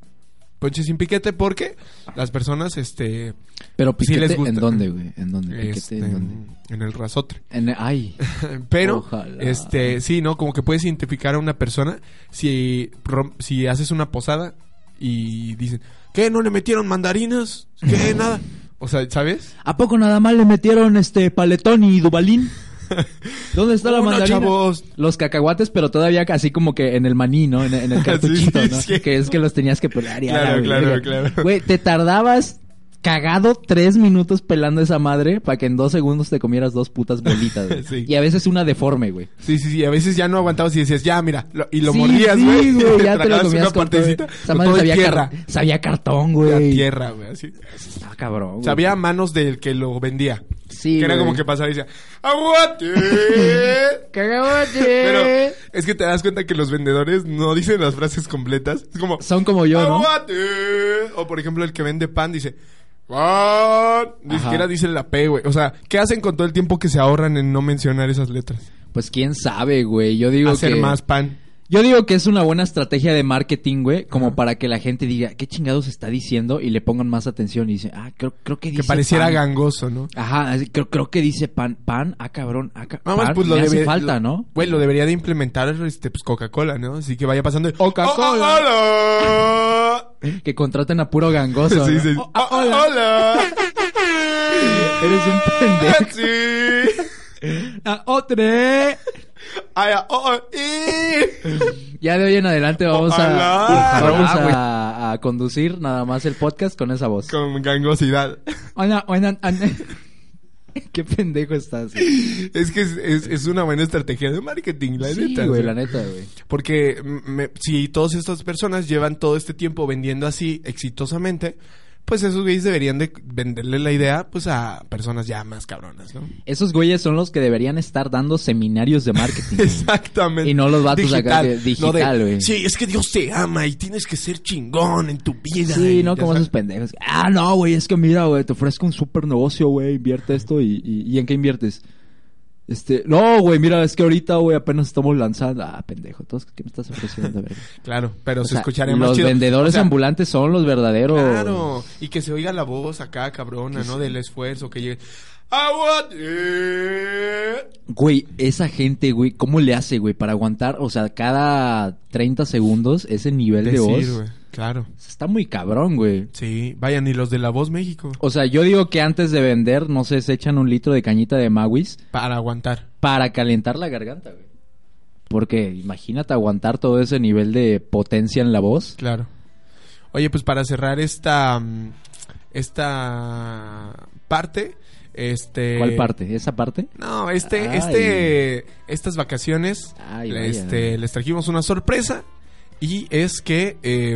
Speaker 4: Ponche sin piquete porque las personas, este,
Speaker 3: Pero
Speaker 4: Sí
Speaker 3: piquete,
Speaker 4: les gusta.
Speaker 3: ¿en dónde, güey? ¿En dónde? Piquete,
Speaker 4: este,
Speaker 3: ¿en dónde?
Speaker 4: en el rasotre.
Speaker 3: En- ay,
Speaker 4: Pero,
Speaker 3: Ojalá.
Speaker 4: este, sí, ¿no? Como que puedes identificar a una persona si, rom- si haces una posada y dicen, ¿qué? ¿No le metieron mandarinas? ¿Qué? Nada. O sea, ¿sabes?
Speaker 3: ¿a poco nada más le metieron este paletón y dubalín? ¿Dónde está la
Speaker 4: Uno,
Speaker 3: mandarina?
Speaker 4: chavos.
Speaker 3: Los cacahuates, pero todavía así como que en el maní, ¿no? En, en el cartuchito,
Speaker 4: sí,
Speaker 3: ¿no?
Speaker 4: sí.
Speaker 3: Que es que los tenías que pelar y
Speaker 4: Claro,
Speaker 3: ah, güey,
Speaker 4: claro,
Speaker 3: güey.
Speaker 4: claro.
Speaker 3: Güey, te tardabas cagado tres minutos pelando esa madre para que en dos segundos te comieras dos putas bolitas, güey.
Speaker 4: Sí.
Speaker 3: Y a veces una deforme, güey.
Speaker 4: Sí, sí, sí. A veces ya no aguantabas y decías, ya, mira. lo- y lo
Speaker 3: Sí,
Speaker 4: mordías,
Speaker 3: sí,
Speaker 4: güey. y
Speaker 3: ya te lo
Speaker 4: tragabas
Speaker 3: comías
Speaker 4: una
Speaker 3: con todo.
Speaker 4: partecita.
Speaker 3: Esa
Speaker 4: con
Speaker 3: madre
Speaker 4: todo y
Speaker 3: sabía,
Speaker 4: tierra.
Speaker 3: car- sabía cartón,
Speaker 4: La
Speaker 3: güey.
Speaker 4: tierra, güey. Así.
Speaker 3: Estaba cabrón, güey.
Speaker 4: Sabía a manos del que lo vendía.
Speaker 3: Sí,
Speaker 4: que era
Speaker 3: güey.
Speaker 4: como que pasaba y decía, ¡Aguate!
Speaker 3: Cacahuate.
Speaker 4: Pero es que te das cuenta que los vendedores no dicen las frases completas. Es como,
Speaker 3: Son como yo, ¿no?
Speaker 4: ¡Aguate! O por ejemplo, el que vende pan dice, ¡Pan! Ni
Speaker 3: Ajá.
Speaker 4: siquiera dice la P, güey. O sea, ¿qué hacen con todo el tiempo que se ahorran en no mencionar esas letras?
Speaker 3: Pues quién sabe, güey. Yo digo
Speaker 4: Hacer
Speaker 3: que
Speaker 4: más pan.
Speaker 3: Yo digo que es una buena estrategia de marketing, güey, como para que la gente diga, "¿Qué chingados está diciendo?" y le pongan más atención y dicen, "Ah, creo creo que dice
Speaker 4: Que pareciera
Speaker 3: pan".
Speaker 4: gangoso, ¿no?
Speaker 3: Ajá, así, creo, creo que dice pan, pan, ah cabrón, ah ca-
Speaker 4: Vamos,
Speaker 3: pan,
Speaker 4: pues lo
Speaker 3: me
Speaker 4: debe-
Speaker 3: hace falta,
Speaker 4: lo-
Speaker 3: ¿no?
Speaker 4: Güey, lo debería de implementar este pues Coca-Cola, ¿no? Así que vaya pasando.
Speaker 3: Coca-Cola.
Speaker 4: ¡Oh, oh, hola!
Speaker 3: Que contraten a puro gangoso.
Speaker 4: Sí,
Speaker 3: ¿no?
Speaker 4: sí.
Speaker 3: Oh,
Speaker 4: ¡Oh,
Speaker 3: ah,
Speaker 4: oh,
Speaker 3: hola.
Speaker 4: hola!
Speaker 3: Eres un pendejo.
Speaker 4: Sí.
Speaker 3: Ah, otre.
Speaker 4: Ay, ah, oh, oh, y-
Speaker 3: Ya de hoy en adelante vamos
Speaker 4: Ojalá.
Speaker 3: a vamos
Speaker 7: Ojalá, güey.
Speaker 3: a, a conducir nada más el podcast con esa voz.
Speaker 4: Con gangosidad.
Speaker 3: Hola, hola, hola. Qué pendejo estás. güey.
Speaker 4: Es que es, es- es una buena estrategia de marketing, la
Speaker 3: sí,
Speaker 4: neta.
Speaker 3: güey,
Speaker 4: sí.
Speaker 3: la neta, güey.
Speaker 4: Porque mm, me- si todas estas personas llevan todo este tiempo vendiendo así exitosamente, pues esos güeyes deberían de venderle la idea pues a personas ya más cabronas, ¿no?
Speaker 3: Esos güeyes son los que deberían estar dando seminarios de marketing. güey.
Speaker 4: Exactamente.
Speaker 3: Y no los vatos acá de-
Speaker 4: no de,
Speaker 3: digital, güey.
Speaker 4: sí, es que Dios te ama y tienes que ser chingón en tu vida.
Speaker 3: Sí,
Speaker 4: Y
Speaker 3: no
Speaker 4: ya
Speaker 3: como
Speaker 4: sabes.
Speaker 3: esos pendejos. Ah, no, güey, es que mira, güey, te ofrezco un super negocio, güey, invierte esto y, y- ¿y en qué inviertes? Este, no, güey, mira, es que ahorita, güey, apenas estamos lanzando. Ah, pendejo, ¿todos qué me estás ofreciendo, verga?
Speaker 4: Claro, pero
Speaker 3: O
Speaker 4: se
Speaker 3: sea,
Speaker 4: escucharía más
Speaker 3: los
Speaker 4: chido.
Speaker 3: vendedores
Speaker 4: O sea,
Speaker 3: ambulantes son los verdaderos.
Speaker 4: Claro, y que se oiga la voz acá, cabrona, ¿no? Del esfuerzo que llegue. I want it.
Speaker 3: Güey, esa gente, güey, ¿cómo le hace, güey, para aguantar, o sea, cada 30 segundos ese nivel de voz?
Speaker 4: Decir, güey, Claro.
Speaker 3: Está muy cabrón, güey.
Speaker 4: Sí, vayan, y los de La Voz México.
Speaker 3: O sea, yo digo que antes de vender, no sé, se echan un litro de cañita de Mawis
Speaker 4: Para aguantar.
Speaker 3: para calentar la garganta, güey. Porque imagínate aguantar todo ese nivel de potencia en la voz.
Speaker 4: Claro. Oye, pues para cerrar esta. mm, Esta. Parte. Este.
Speaker 3: ¿Cuál parte? ¿Esa parte?
Speaker 4: No, este,
Speaker 3: Ay.
Speaker 4: este, estas vacaciones,
Speaker 3: Ay,
Speaker 4: le-
Speaker 3: vaya.
Speaker 4: este, les trajimos una sorpresa y es que, eh,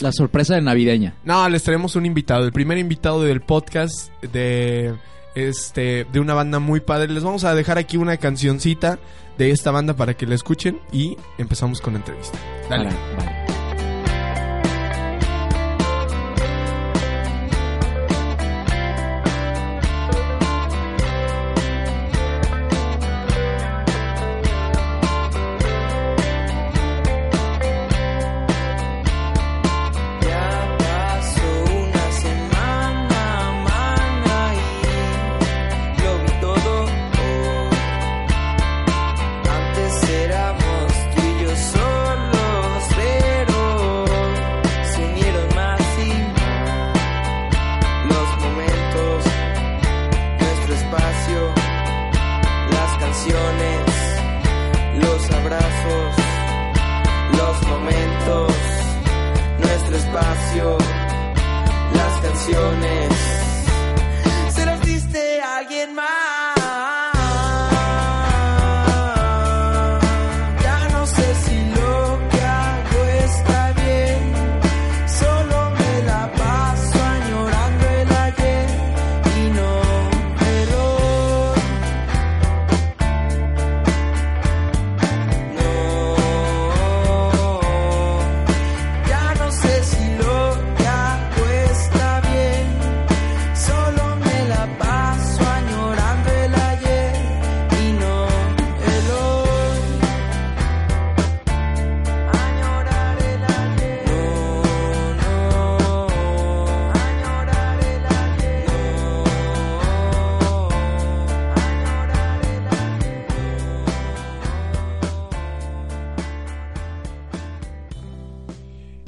Speaker 3: La sorpresa de navideña.
Speaker 4: no, les traemos un invitado, el primer invitado del podcast de, este, de una banda muy padre. Les vamos a dejar aquí una cancioncita de esta banda para que la escuchen y empezamos con la entrevista. Dale.
Speaker 3: Para- vale.
Speaker 2: Ya pasó una semana, mana, y lo vi todo hoy. Antes éramos tú y yo solos, pero se unieron más y más los momentos, nuestro espacio, las canciones, los abrazos, los momentos nuestro espacio, las canciones. Se las diste a alguien más. Ya no sé si lo que hago está bien. Solo me la paso añorando el ayer y no me doy. No. Ya no sé si lo que hago está bien, solo me la paso añorando el ayer y no el hoy. Añorar el ayer, no, no. Añorar el ayer, no. Añorar el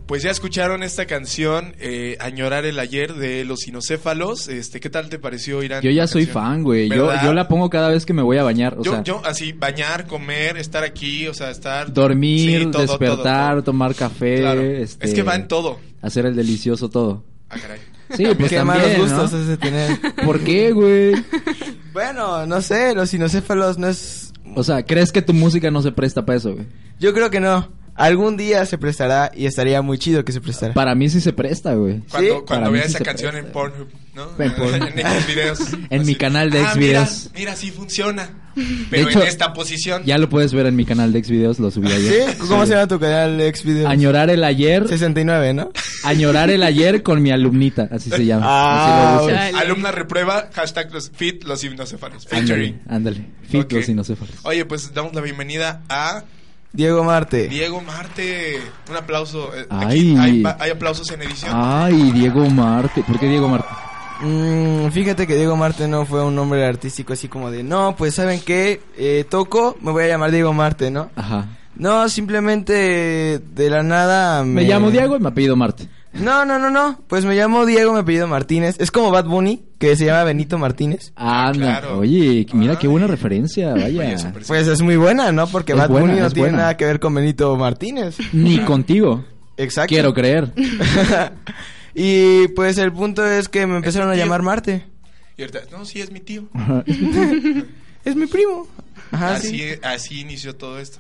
Speaker 4: Pues ya escucharon esta canción, eh, Añorar el Ayer de Los Cinocéfalos. Este, ¿Qué tal te pareció, Irán?
Speaker 3: Yo ya
Speaker 4: la
Speaker 3: soy
Speaker 4: canción?
Speaker 3: fan, güey. Yo,
Speaker 4: ¿Verdad?
Speaker 3: yo la pongo cada vez que me voy a bañar. O
Speaker 4: yo,
Speaker 3: sea,
Speaker 4: yo, así, bañar, comer, estar aquí, o sea, estar...
Speaker 3: dormir,
Speaker 4: Sí, todo,
Speaker 3: despertar,
Speaker 4: todo, todo.
Speaker 3: tomar café.
Speaker 4: Claro.
Speaker 3: este,
Speaker 4: Es que va en todo.
Speaker 3: Hacer el delicioso todo.
Speaker 4: Ah, caray.
Speaker 3: Sí, pues
Speaker 7: Qué malos
Speaker 3: también,
Speaker 7: gustos
Speaker 3: ¿no?
Speaker 7: ese tener.
Speaker 3: ¿Por qué, güey?
Speaker 7: Bueno, no sé, los sinocéfalos no es...
Speaker 3: O sea, ¿crees que tu música no se presta para eso, güey?
Speaker 7: Yo creo que no. Algún día se prestará y estaría muy chido que se prestara.
Speaker 3: Para mí sí se presta, güey. para
Speaker 4: Cuando, cuando
Speaker 3: mí
Speaker 4: vea
Speaker 3: sí
Speaker 4: esa
Speaker 3: se
Speaker 4: canción
Speaker 3: presta.
Speaker 4: en Pornhub, ¿no?
Speaker 3: En Pornhub.
Speaker 4: Xvideos.
Speaker 3: En
Speaker 4: Así.
Speaker 3: mi canal de
Speaker 4: Ah,
Speaker 3: Xvideos.
Speaker 4: Mira, mira, sí funciona. Pero
Speaker 3: hecho,
Speaker 4: en esta posición.
Speaker 3: Ya lo puedes ver en mi canal de Xvideos, lo subí
Speaker 7: ¿Sí?
Speaker 3: ayer.
Speaker 7: ¿Cómo se llama tu canal ex video?
Speaker 3: Añorar el ayer,
Speaker 7: 69, ¿no?
Speaker 3: añorar el ayer con mi alumnita, así se llama.
Speaker 7: Ah,
Speaker 3: así lo buscas.
Speaker 7: Dale.
Speaker 4: Alumna reprueba, hashtag los fit los hipnocéfalos.
Speaker 3: Ándale,
Speaker 4: Featuring.
Speaker 3: ándale. Fit
Speaker 4: Ok.
Speaker 3: los sinocéfalos.
Speaker 4: Oye, pues damos la bienvenida a
Speaker 7: Diego Marte.
Speaker 4: Diego Marte. Un aplauso. Eh,
Speaker 3: Ay. Ah,
Speaker 4: Aquí hay, pa- hay aplausos en edición.
Speaker 3: Ay, Diego Marte. ¿Por qué Diego Marte?
Speaker 7: Mm, fíjate que Diego Marte no fue un nombre artístico así como de, no, pues saben qué, Eh, toco, me voy a llamar Diego Marte, ¿no?
Speaker 3: Ajá.
Speaker 7: No, simplemente de la nada
Speaker 3: Me
Speaker 7: me...
Speaker 3: llamo Diego y me apellido Marte.
Speaker 7: No, no, no, no, pues me llamo Diego, me apellido Martínez. Es como Bad Bunny, que se llama Benito Martínez. Ah,
Speaker 3: Anda.
Speaker 4: claro.
Speaker 3: Oye, mira qué buena
Speaker 4: Ay.
Speaker 3: referencia, vaya.
Speaker 4: Oye, súper
Speaker 7: Pues es muy buena, ¿no? Porque
Speaker 3: Es
Speaker 7: Bad
Speaker 3: buena,
Speaker 7: Bunny no
Speaker 3: es
Speaker 7: tiene
Speaker 3: buena.
Speaker 7: nada que ver con Benito Martínez.
Speaker 3: Ni contigo.
Speaker 7: Exacto.
Speaker 3: Quiero creer.
Speaker 7: y pues el punto es que me empezaron a
Speaker 4: tío.
Speaker 7: llamar Marte.
Speaker 4: Y ahorita, no, sí, es mi tío.
Speaker 7: Es mi primo. Ajá, Ah, sí.
Speaker 4: así, e, así inició todo esto.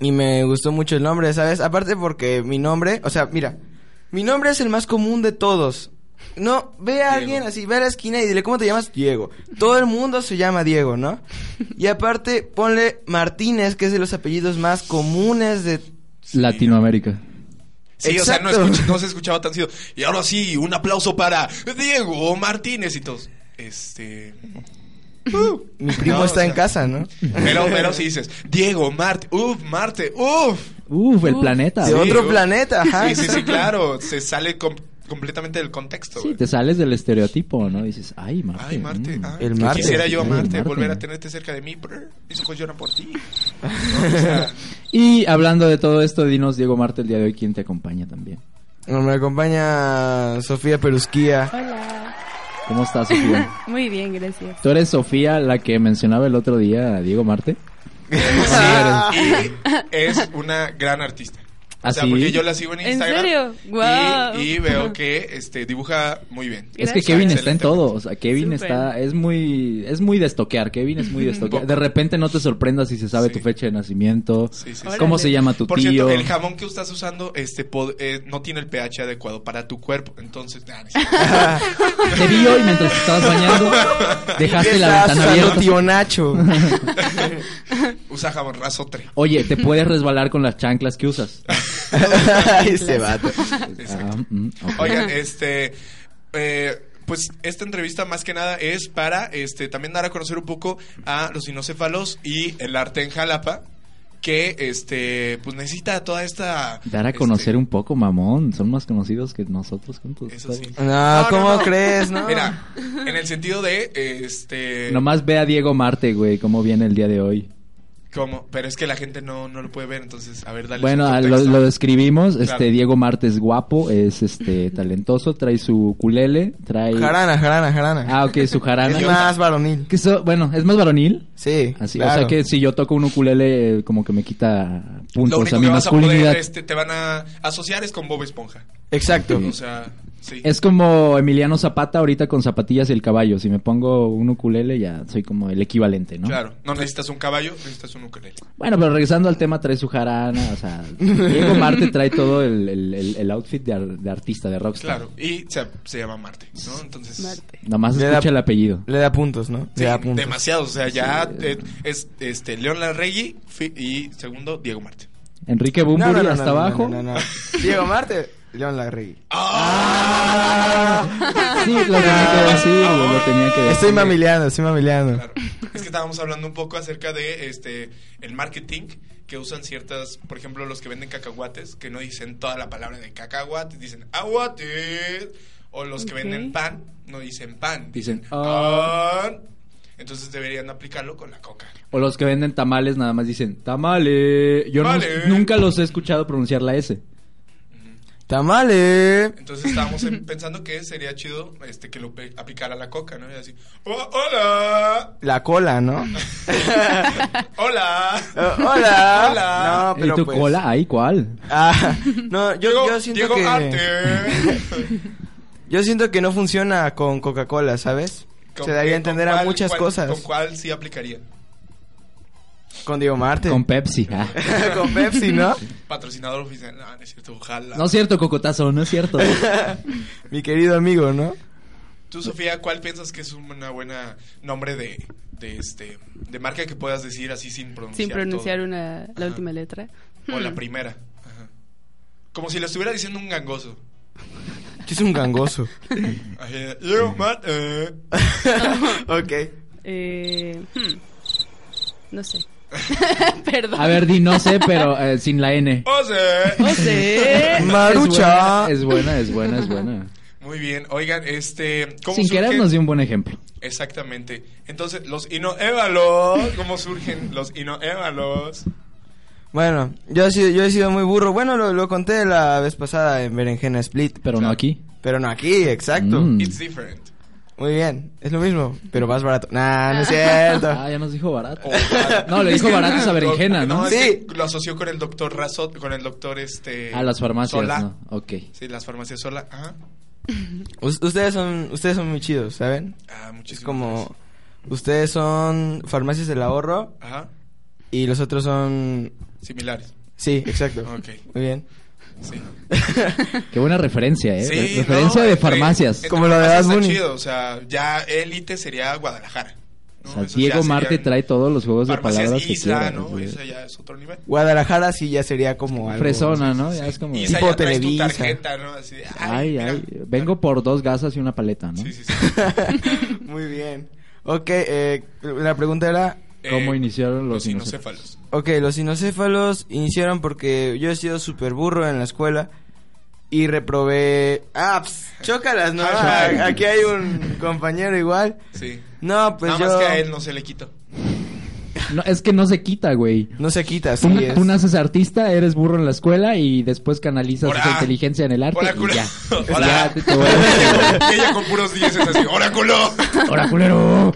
Speaker 7: Y me gustó mucho el nombre, ¿sabes? Aparte porque mi nombre, o sea, mira, mi nombre es el más común de todos. No, ve a
Speaker 4: Diego.
Speaker 7: alguien así, ve a la esquina y dile, ¿cómo te llamas? Diego. Todo el mundo se llama Diego, ¿no? Y aparte, ponle Martínez, que es de los apellidos más comunes de...
Speaker 3: Latinoamérica.
Speaker 4: Sí, o sea, no,
Speaker 7: Exacto.
Speaker 4: escuch- no se escuchaba tan sido. Y ahora sí, un aplauso para Diego Martínez y todos. Este.
Speaker 7: Mi primo
Speaker 4: No,
Speaker 7: está
Speaker 4: o
Speaker 7: en
Speaker 4: sea-
Speaker 7: casa, ¿no?
Speaker 4: Pero, pero si dices, Diego, Marte, uff, Marte, uff.
Speaker 3: Uf, el planeta.
Speaker 7: De
Speaker 4: Sí,
Speaker 3: güey.
Speaker 7: otro
Speaker 4: güey.
Speaker 7: planeta, ajá.
Speaker 4: Sí, sí, sí, claro. Se sale com- completamente del contexto.
Speaker 3: Sí,
Speaker 4: güey.
Speaker 3: te sales del estereotipo, ¿no? Dices, ay, Marte.
Speaker 4: Ay, Marte. ah.
Speaker 3: mm.
Speaker 4: ay,
Speaker 7: El
Speaker 4: que
Speaker 7: Marte.
Speaker 4: Quisiera yo a
Speaker 3: Ay,
Speaker 4: Marte,
Speaker 3: Marte.
Speaker 4: volver a tenerte cerca de mí. brr, Mis ojos lloran por ti. ¿No? O sea,
Speaker 3: Y hablando de todo esto, dinos, Diego Marte, el día de hoy, ¿quién te acompaña también?
Speaker 7: No, me acompaña Sofía Perusquía.
Speaker 8: Hola.
Speaker 3: ¿Cómo estás, Sofía?
Speaker 8: Muy bien, gracias.
Speaker 3: Tú eres Sofía, la que mencionaba el otro día a Diego Marte.
Speaker 4: y es una gran artista. O sea,
Speaker 3: ¿Ah, sí?
Speaker 4: porque yo la sigo en
Speaker 8: ¿En
Speaker 4: Instagram.
Speaker 8: serio?
Speaker 4: y-
Speaker 8: Guau.
Speaker 4: Y, veo que este, dibuja muy bien.
Speaker 3: Es
Speaker 8: Gracias.
Speaker 3: que Kevin está en
Speaker 4: Excelente.
Speaker 3: todo, o sea, Kevin
Speaker 8: Súper.
Speaker 3: está, es muy, es muy de estoquear, Kevin es muy de estoquear.
Speaker 4: poco.
Speaker 3: De repente no te sorprendas si se sabe
Speaker 4: Sí.
Speaker 3: tu fecha de nacimiento,
Speaker 4: Sí, sí, sí.
Speaker 3: cómo
Speaker 8: Órale.
Speaker 3: se llama tu
Speaker 4: Por
Speaker 3: tío.
Speaker 4: cierto, el jamón que estás usando este pod- eh, no tiene el pH adecuado para tu cuerpo. Entonces, nah, no es cierto.
Speaker 3: Te vi hoy mientras te estabas bañando, dejaste la
Speaker 7: Estás
Speaker 3: ventana
Speaker 7: usando
Speaker 3: abierta.
Speaker 7: tío Nacho.
Speaker 4: usa jamón rasotre.
Speaker 3: Oye, te puedes resbalar con las chanclas que usas.
Speaker 4: Ah,
Speaker 7: Ese Este vato.
Speaker 3: Ah, mm, ok.
Speaker 4: Oigan, este. eh, pues esta entrevista más que nada es para este también dar a conocer un poco a los dinocéfalos y el arte en Jalapa que este pues necesita toda esta
Speaker 3: Dar a
Speaker 4: este,
Speaker 3: conocer un poco, mamón. Son más conocidos que nosotros juntos.
Speaker 4: eso sí.
Speaker 7: No, ¿cómo crees, no?
Speaker 4: Mira, en el sentido de este
Speaker 3: Nomás ve a Diego Marte, güey, cómo viene el día de hoy.
Speaker 4: ¿Cómo? Pero es que la gente no, no lo puede ver, entonces, a ver, dale
Speaker 3: Bueno,
Speaker 4: su
Speaker 3: a- lo,
Speaker 4: contexto.
Speaker 3: lo describimos.
Speaker 4: Claro.
Speaker 3: Este Diego Marte es guapo, es este talentoso, trae su culele, trae.
Speaker 7: Jarana, jarana, jarana.
Speaker 3: Ah, ok, su jarana.
Speaker 7: es más varonil.
Speaker 3: Que so- bueno, es más varonil.
Speaker 7: Sí,
Speaker 3: Así, O
Speaker 7: claro.
Speaker 3: sea que si yo toco un ukulele, eh, como que me quita
Speaker 4: Lo
Speaker 3: puntos
Speaker 4: único
Speaker 3: a mi
Speaker 4: que vas a poder,
Speaker 3: masculinidad.
Speaker 4: este, te van a asociar es con Bob Esponja.
Speaker 7: Exacto.
Speaker 4: O sea, sí.
Speaker 3: Es como Emiliano Zapata ahorita con zapatillas y el caballo. Si me pongo un ukulele, ya soy como el equivalente, ¿no?
Speaker 4: Claro, no necesitas un caballo, necesitas un ukelele.
Speaker 3: Bueno, pero regresando al tema, trae su jarana, o sea, Diego Marte trae todo el, el- el- el outfit de, ar- de artista, de rockstar.
Speaker 4: Claro, y se, se llama Marte, ¿no? Entonces,
Speaker 8: Marte.
Speaker 3: Nomás
Speaker 7: Le da-
Speaker 3: escucha el apellido.
Speaker 7: Le da puntos, ¿no?
Speaker 4: sí,
Speaker 7: Le da puntos.
Speaker 4: demasiado, o sea, ya eh, es este León Larregui fi- y segundo Diego Marte.
Speaker 3: Enrique
Speaker 7: No,
Speaker 3: Bumburi
Speaker 7: no, no,
Speaker 3: hasta
Speaker 7: no, no,
Speaker 3: abajo.
Speaker 7: no, no, no. Diego Marte, León Larregui.
Speaker 4: Ah,
Speaker 3: ¡Ah! Sí, lo tenía que decir, güey, lo tenía que decir.
Speaker 7: Ah. Estoy mamileando, estoy mamileando.
Speaker 4: Claro. Es que estábamos hablando un poco acerca de este el marketing que usan ciertas, por ejemplo, los que venden cacahuates, que no dicen toda la palabra de cacahuate, dicen aguate. O los que
Speaker 8: Ok.
Speaker 4: venden pan, no dicen pan,
Speaker 3: Dicen,
Speaker 4: dicen
Speaker 3: ah.
Speaker 4: pan. Entonces deberían aplicarlo con la coca.
Speaker 3: O los que venden tamales nada más dicen, tamale. Yo no-
Speaker 4: Tamale.
Speaker 3: nunca los he escuchado pronunciar la S.
Speaker 7: Tamale.
Speaker 4: Entonces estábamos en- pensando que sería chido este que lo pe- aplicara la coca, ¿no? Y así, "Oh, hola,
Speaker 7: La cola, ¿no?
Speaker 4: hola.
Speaker 7: Eh, hola.
Speaker 4: Hola.
Speaker 7: No, pero
Speaker 3: ¿Y tu
Speaker 7: pues-
Speaker 3: cola? ahí cuál?
Speaker 7: Ah, no, yo,
Speaker 4: Diego,
Speaker 7: yo siento
Speaker 4: Diego
Speaker 7: que
Speaker 4: Arte.
Speaker 7: yo siento que no funciona con Coca-Cola, ¿sabes?
Speaker 4: ¿Con
Speaker 7: Se daría
Speaker 4: qué-
Speaker 7: a entender
Speaker 4: con
Speaker 7: a
Speaker 4: cuál-
Speaker 7: muchas
Speaker 4: cuál-
Speaker 7: cosas.
Speaker 4: ¿Con cuál sí aplicaría?
Speaker 7: Con Diego Marte.
Speaker 3: Con Pepsi. ah.
Speaker 7: Con Pepsi, ¿no?
Speaker 4: Patrocinador oficial. No, no es cierto, ojalá.
Speaker 3: No es cierto, Cocotazo, no es cierto.
Speaker 7: Mi querido amigo, ¿no?
Speaker 4: Tú, Sofía, ¿cuál piensas que es una buena nombre de, de este de marca que puedas decir así sin pronunciar?
Speaker 8: Sin pronunciar Hmm.
Speaker 4: todo?
Speaker 8: una, la
Speaker 4: Ajá.
Speaker 8: última letra.
Speaker 4: O la primera. Ajá. Como si le estuviera diciendo un gangoso.
Speaker 7: Que es un gangoso.
Speaker 4: Así de, "Yo, Matt, eh".
Speaker 7: ok.
Speaker 8: Eh, hmm. No sé. Perdón.
Speaker 3: A ver, di, no sé, pero eh, sin la N.
Speaker 4: O sea.
Speaker 8: No sé.
Speaker 7: Marucha.
Speaker 3: Es buena, es buena, es buena.
Speaker 4: Muy bien. Oigan, este. ¿cómo
Speaker 3: Sin querer
Speaker 4: surge?
Speaker 3: nos dio un buen ejemplo.
Speaker 4: Exactamente. Entonces, los inoévalos. ¿Cómo surgen los inoévalos?
Speaker 7: Bueno, yo he sido, yo he sido muy burro. Bueno, lo, lo conté la vez pasada en Berenjena Split.
Speaker 3: Pero no aquí.
Speaker 7: Pero no aquí, exacto.
Speaker 3: Mm.
Speaker 4: It's different.
Speaker 7: Muy bien, es lo mismo, pero más barato. Nah, no es cierto.
Speaker 3: Ah, ya nos dijo barato.
Speaker 4: O barato.
Speaker 3: No, le dijo barato esa berenjena, ¿no?
Speaker 4: es
Speaker 7: Sí.
Speaker 4: que Lo asoció con el doctor Razot, con el doctor este.
Speaker 3: A Ah, las farmacias,
Speaker 4: Sola.
Speaker 3: ¿no? Ok.
Speaker 4: Sí, las farmacias sola. Ah, Ajá.
Speaker 7: Us- ustedes son ustedes son muy chidos, ¿saben?
Speaker 4: Ah, muchísimas
Speaker 7: Es como
Speaker 4: gracias.
Speaker 7: ustedes son farmacias del ahorro
Speaker 4: Ajá.
Speaker 7: y los otros son
Speaker 4: Similares.
Speaker 7: Sí, exacto.
Speaker 4: Ok.
Speaker 7: Muy bien.
Speaker 4: Sí.
Speaker 3: Qué buena referencia, ¿eh? Re-
Speaker 4: Sí,
Speaker 3: referencia
Speaker 4: no,
Speaker 3: de
Speaker 4: entre-
Speaker 3: farmacias.
Speaker 4: entre
Speaker 7: Como lo de
Speaker 4: farmacias
Speaker 7: Bad
Speaker 4: está
Speaker 7: Bunny.
Speaker 4: chido, o sea, ya élite sería Guadalajara. ¿no?
Speaker 3: O sea,
Speaker 4: Esos
Speaker 3: Diego
Speaker 4: ya
Speaker 3: Marte
Speaker 4: serían
Speaker 3: trae todos los juegos de
Speaker 4: farmacias
Speaker 3: palabras que
Speaker 4: Isla,
Speaker 3: quiera.
Speaker 4: ¿no?
Speaker 3: güey. Mm.
Speaker 4: Eso ya es otro nivel.
Speaker 7: Guadalajara sí ya sería como algo
Speaker 3: Fresona, ¿no? Ya es como...
Speaker 4: Isa,
Speaker 7: Tipo
Speaker 4: ya traes tu
Speaker 7: Televisa.
Speaker 4: tarjeta, ¿no? Así de, ay,
Speaker 3: Ay,
Speaker 4: mira.
Speaker 3: ay. Vengo por dos gasas y una paleta, ¿no?
Speaker 4: Sí, sí, sí.
Speaker 7: Muy bien. Ok, eh, la pregunta era...
Speaker 3: ¿Cómo
Speaker 4: Eh,
Speaker 3: iniciaron los
Speaker 4: Los
Speaker 3: inocentes?
Speaker 4: inocéfalos.
Speaker 7: Ok, los cinocéfalos iniciaron porque yo he sido súper burro en la escuela y reprobé... Ah, pss, chócalas, ¿no?
Speaker 4: Hashtag.
Speaker 7: Ah, Aquí hay un compañero igual.
Speaker 4: Sí.
Speaker 7: No, pues
Speaker 4: Nada
Speaker 7: yo...
Speaker 4: más que a él no se le quitó.
Speaker 3: No, es que no se quita, güey.
Speaker 7: No se quita,
Speaker 3: Tú,
Speaker 7: así es.
Speaker 3: tú naces artista, eres burro en la escuela y después canalizas
Speaker 4: Hola.
Speaker 3: esa inteligencia en el arte
Speaker 4: Hola,
Speaker 3: y
Speaker 4: culo.
Speaker 3: ya.
Speaker 4: Hola.
Speaker 3: Ya te- te vuelves-
Speaker 4: Y ella con puros 10 es así. ¡Hola, culo!
Speaker 3: Hola, culero.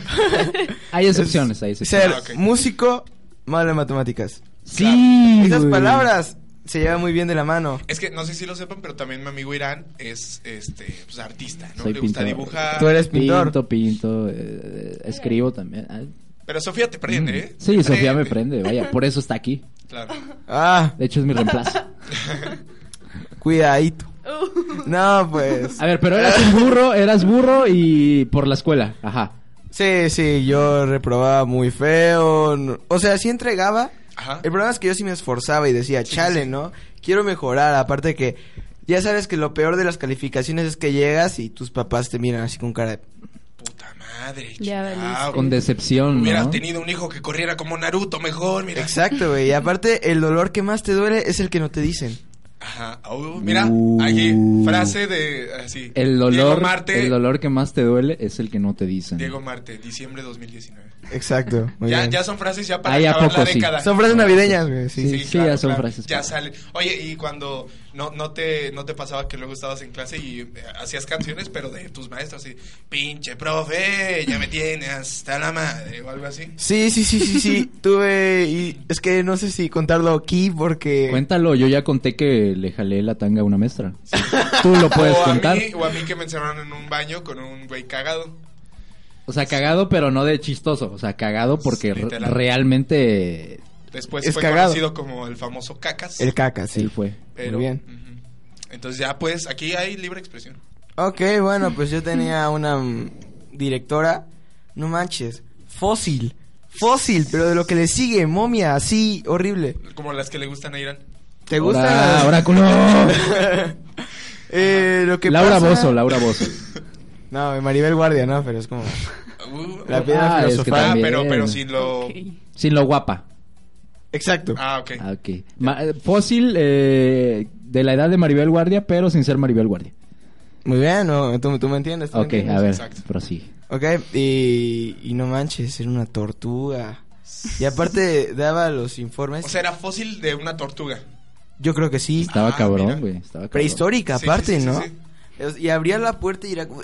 Speaker 3: hay excepciones, hay excepciones.
Speaker 7: Ser
Speaker 4: Ah, ok.
Speaker 7: músico, malo en matemáticas.
Speaker 3: Sí,
Speaker 7: Esas
Speaker 3: güey.
Speaker 7: palabras se llevan muy bien de la mano.
Speaker 4: Es que no sé si lo sepan, pero también mi amigo Irán es este pues, artista, ¿no?
Speaker 3: Soy
Speaker 4: le gusta
Speaker 3: pintor.
Speaker 4: dibujar.
Speaker 7: Tú eres pintor.
Speaker 3: Pinto, pinto, eh, escribo también. Ah,
Speaker 4: Pero Sofía te prende, ¿eh?
Speaker 3: Sí,
Speaker 4: Te
Speaker 3: Sofía me prende, vaya, por eso está aquí.
Speaker 4: Claro.
Speaker 7: Ah,
Speaker 3: De hecho, es mi reemplazo.
Speaker 7: cuidadito. No, pues...
Speaker 3: A ver, pero eras un burro, eras burro y por la escuela, ajá.
Speaker 7: Sí, sí, yo reprobaba muy feo. no- O sea, sí entregaba.
Speaker 4: Ajá.
Speaker 3: Eh,
Speaker 7: El problema es que yo Ah. sí me esforzaba y decía, chale, ¿no? Quiero mejorar. Aparte de que ya sabes que lo peor de las calificaciones es que llegas y tus papás te miran así con cara de...
Speaker 4: Puta madre.
Speaker 8: Ya
Speaker 4: chingao.
Speaker 8: valiste.
Speaker 3: Con decepción,
Speaker 4: Hubiera
Speaker 3: ¿no?
Speaker 4: tenido un hijo que corriera como Naruto mejor, mira.
Speaker 7: Exacto, güey. Y aparte, el dolor que más te duele es el que no te dicen.
Speaker 4: Ajá. Uh, mira,
Speaker 3: Uh.
Speaker 4: aquí, frase de. Así.
Speaker 3: El
Speaker 4: Diego
Speaker 3: dolor,
Speaker 4: Marte.
Speaker 3: el dolor que más te duele es el que no te dicen.
Speaker 4: Diego Marte, diciembre 2019.
Speaker 7: Exacto. Muy
Speaker 4: Ya,
Speaker 7: bien.
Speaker 4: ya son frases ya para
Speaker 3: Ahí a
Speaker 4: acabar
Speaker 3: poco
Speaker 4: la
Speaker 3: sí.
Speaker 4: década.
Speaker 7: Son frases navideñas, güey. Sí.
Speaker 3: Sí. ya son frases.
Speaker 4: Ya sale. Oye, y cuando no, no, te, no te pasaba que luego estabas en clase y eh, hacías canciones, pero de tus maestros, así, pinche profe, ya me tiene hasta la madre, o algo así.
Speaker 7: Sí, sí, sí, sí, sí. Tuve... Y es que no sé si contarlo aquí porque...
Speaker 3: Cuéntalo, yo ya conté que le jalé la tanga a una maestra. Tú lo puedes
Speaker 4: o, Oh, a
Speaker 3: contar.
Speaker 4: mí, o a mí que me encerraron en un baño con un güey cagado.
Speaker 3: O sea, cagado, pero no de chistoso. O sea, cagado porque re-
Speaker 4: Literal.
Speaker 3: realmente
Speaker 4: Después
Speaker 7: Es
Speaker 4: fue
Speaker 7: cagado.
Speaker 4: conocido como el famoso cacas.
Speaker 7: El caca, sí.
Speaker 3: sí fue.
Speaker 4: pero,
Speaker 7: Muy bien.
Speaker 4: ujú. Entonces ya pues, aquí hay libre expresión.
Speaker 7: Ok, bueno, pues yo tenía una mm, directora, no manches, fósil, fósil, pero de lo que le sigue, momia, así, horrible.
Speaker 4: Como las que le gustan a Irán.
Speaker 7: ¿Te
Speaker 3: Ahora,
Speaker 7: gusta?
Speaker 3: ahora, culo.
Speaker 7: eh, lo que
Speaker 3: Laura
Speaker 7: pasa-
Speaker 3: Bozo, Laura Bozo.
Speaker 7: No, Maribel Guardia, no, pero es como...
Speaker 4: Uh,
Speaker 7: La piedra
Speaker 3: Ah, es que
Speaker 7: filosofal.
Speaker 4: ah,
Speaker 3: también.
Speaker 4: pero, pero sin lo...
Speaker 8: Ok.
Speaker 3: Sin lo guapa.
Speaker 7: Exacto.
Speaker 4: Ah, ok.
Speaker 3: Ah, ok. Ma- eh, fósil eh, de la edad de Maribel Guardia, pero sin ser Maribel Guardia.
Speaker 7: Muy bien, no, tú, tú me entiendes. tú me
Speaker 3: Ok,
Speaker 7: entiendes.
Speaker 3: a ver,
Speaker 4: exacto.
Speaker 3: prosigue.
Speaker 7: Ok, y, y no manches, era una tortuga. Y aparte daba los informes.
Speaker 4: O sea, era fósil de una tortuga.
Speaker 7: yo creo que sí.
Speaker 3: Estaba
Speaker 4: Ah, mira.
Speaker 3: cabrón, güey. estaba cabrón.
Speaker 7: Prehistórica,
Speaker 4: Sí,
Speaker 7: aparte,
Speaker 4: sí, sí,
Speaker 7: ¿no?
Speaker 4: sí,
Speaker 7: Y abría la puerta y era como,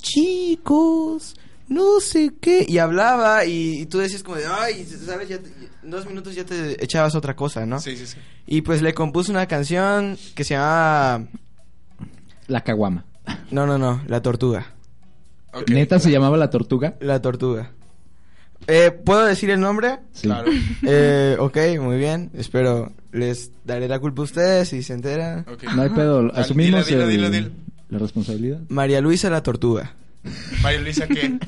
Speaker 7: chicos, no sé qué. Y hablaba y, y tú decías como, de, ay, sabes, ya te- en dos minutos ya te echabas otra cosa, ¿no?
Speaker 4: Sí, sí, sí.
Speaker 7: Y pues le compuse una canción que se llamaba...
Speaker 3: La caguama.
Speaker 7: No, no, no, La Tortuga.
Speaker 4: Ok.
Speaker 3: ¿Neta se llamaba la tortuga?
Speaker 7: La Tortuga. Eh, ¿Puedo decir el nombre?
Speaker 3: Sí.
Speaker 4: Claro.
Speaker 7: Eh, ok, muy bien. Espero les daré la culpa a ustedes si se enteran.
Speaker 4: Ok.
Speaker 3: No hay pedo.
Speaker 4: Dale,
Speaker 3: Asumimos
Speaker 4: dilo, dilo,
Speaker 3: el-
Speaker 4: dilo, dilo.
Speaker 3: la responsabilidad.
Speaker 7: María Luisa La Tortuga.
Speaker 4: María Luisa, ¿qué?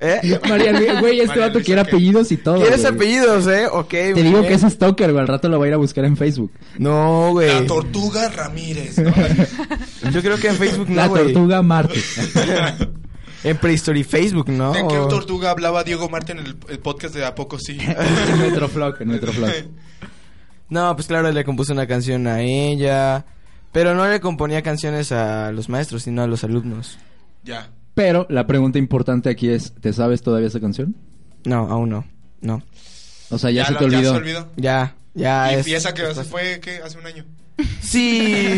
Speaker 7: ¿Eh?
Speaker 3: María, Lu- güey, este
Speaker 4: María
Speaker 3: vato
Speaker 4: Luisa,
Speaker 3: quiere
Speaker 4: ¿qué?
Speaker 3: apellidos y todo.
Speaker 7: ¿Quieres
Speaker 3: güey.
Speaker 7: apellidos, eh? Ok,
Speaker 3: Te digo que es stalker, güey. Al rato lo voy a ir a buscar en Facebook.
Speaker 7: No, güey.
Speaker 4: La tortuga Ramírez, ¿no?
Speaker 7: Yo creo que en Facebook
Speaker 3: la
Speaker 7: no, güey.
Speaker 3: tortuga Marte.
Speaker 7: En Prehistory Facebook, ¿no?
Speaker 4: ¿De qué
Speaker 7: O-
Speaker 4: tortuga hablaba Diego Marte en el, el podcast de A Poco Sí?
Speaker 3: en Metroflog, en Metroflog.
Speaker 7: No, pues claro, le compuse una canción a ella. Pero no le componía canciones a los maestros, sino a los alumnos.
Speaker 4: ya.
Speaker 3: Pero la pregunta importante aquí es, ¿te sabes todavía esa canción?
Speaker 7: No, aún no. No.
Speaker 3: O sea, ya, se
Speaker 4: lo-
Speaker 3: te olvidó.
Speaker 4: se olvidó.
Speaker 7: Ya, ya
Speaker 4: y
Speaker 7: es.
Speaker 4: piensa que
Speaker 7: es
Speaker 4: se
Speaker 7: fácil.
Speaker 4: fue ¿qué? hace un año.
Speaker 7: Sí.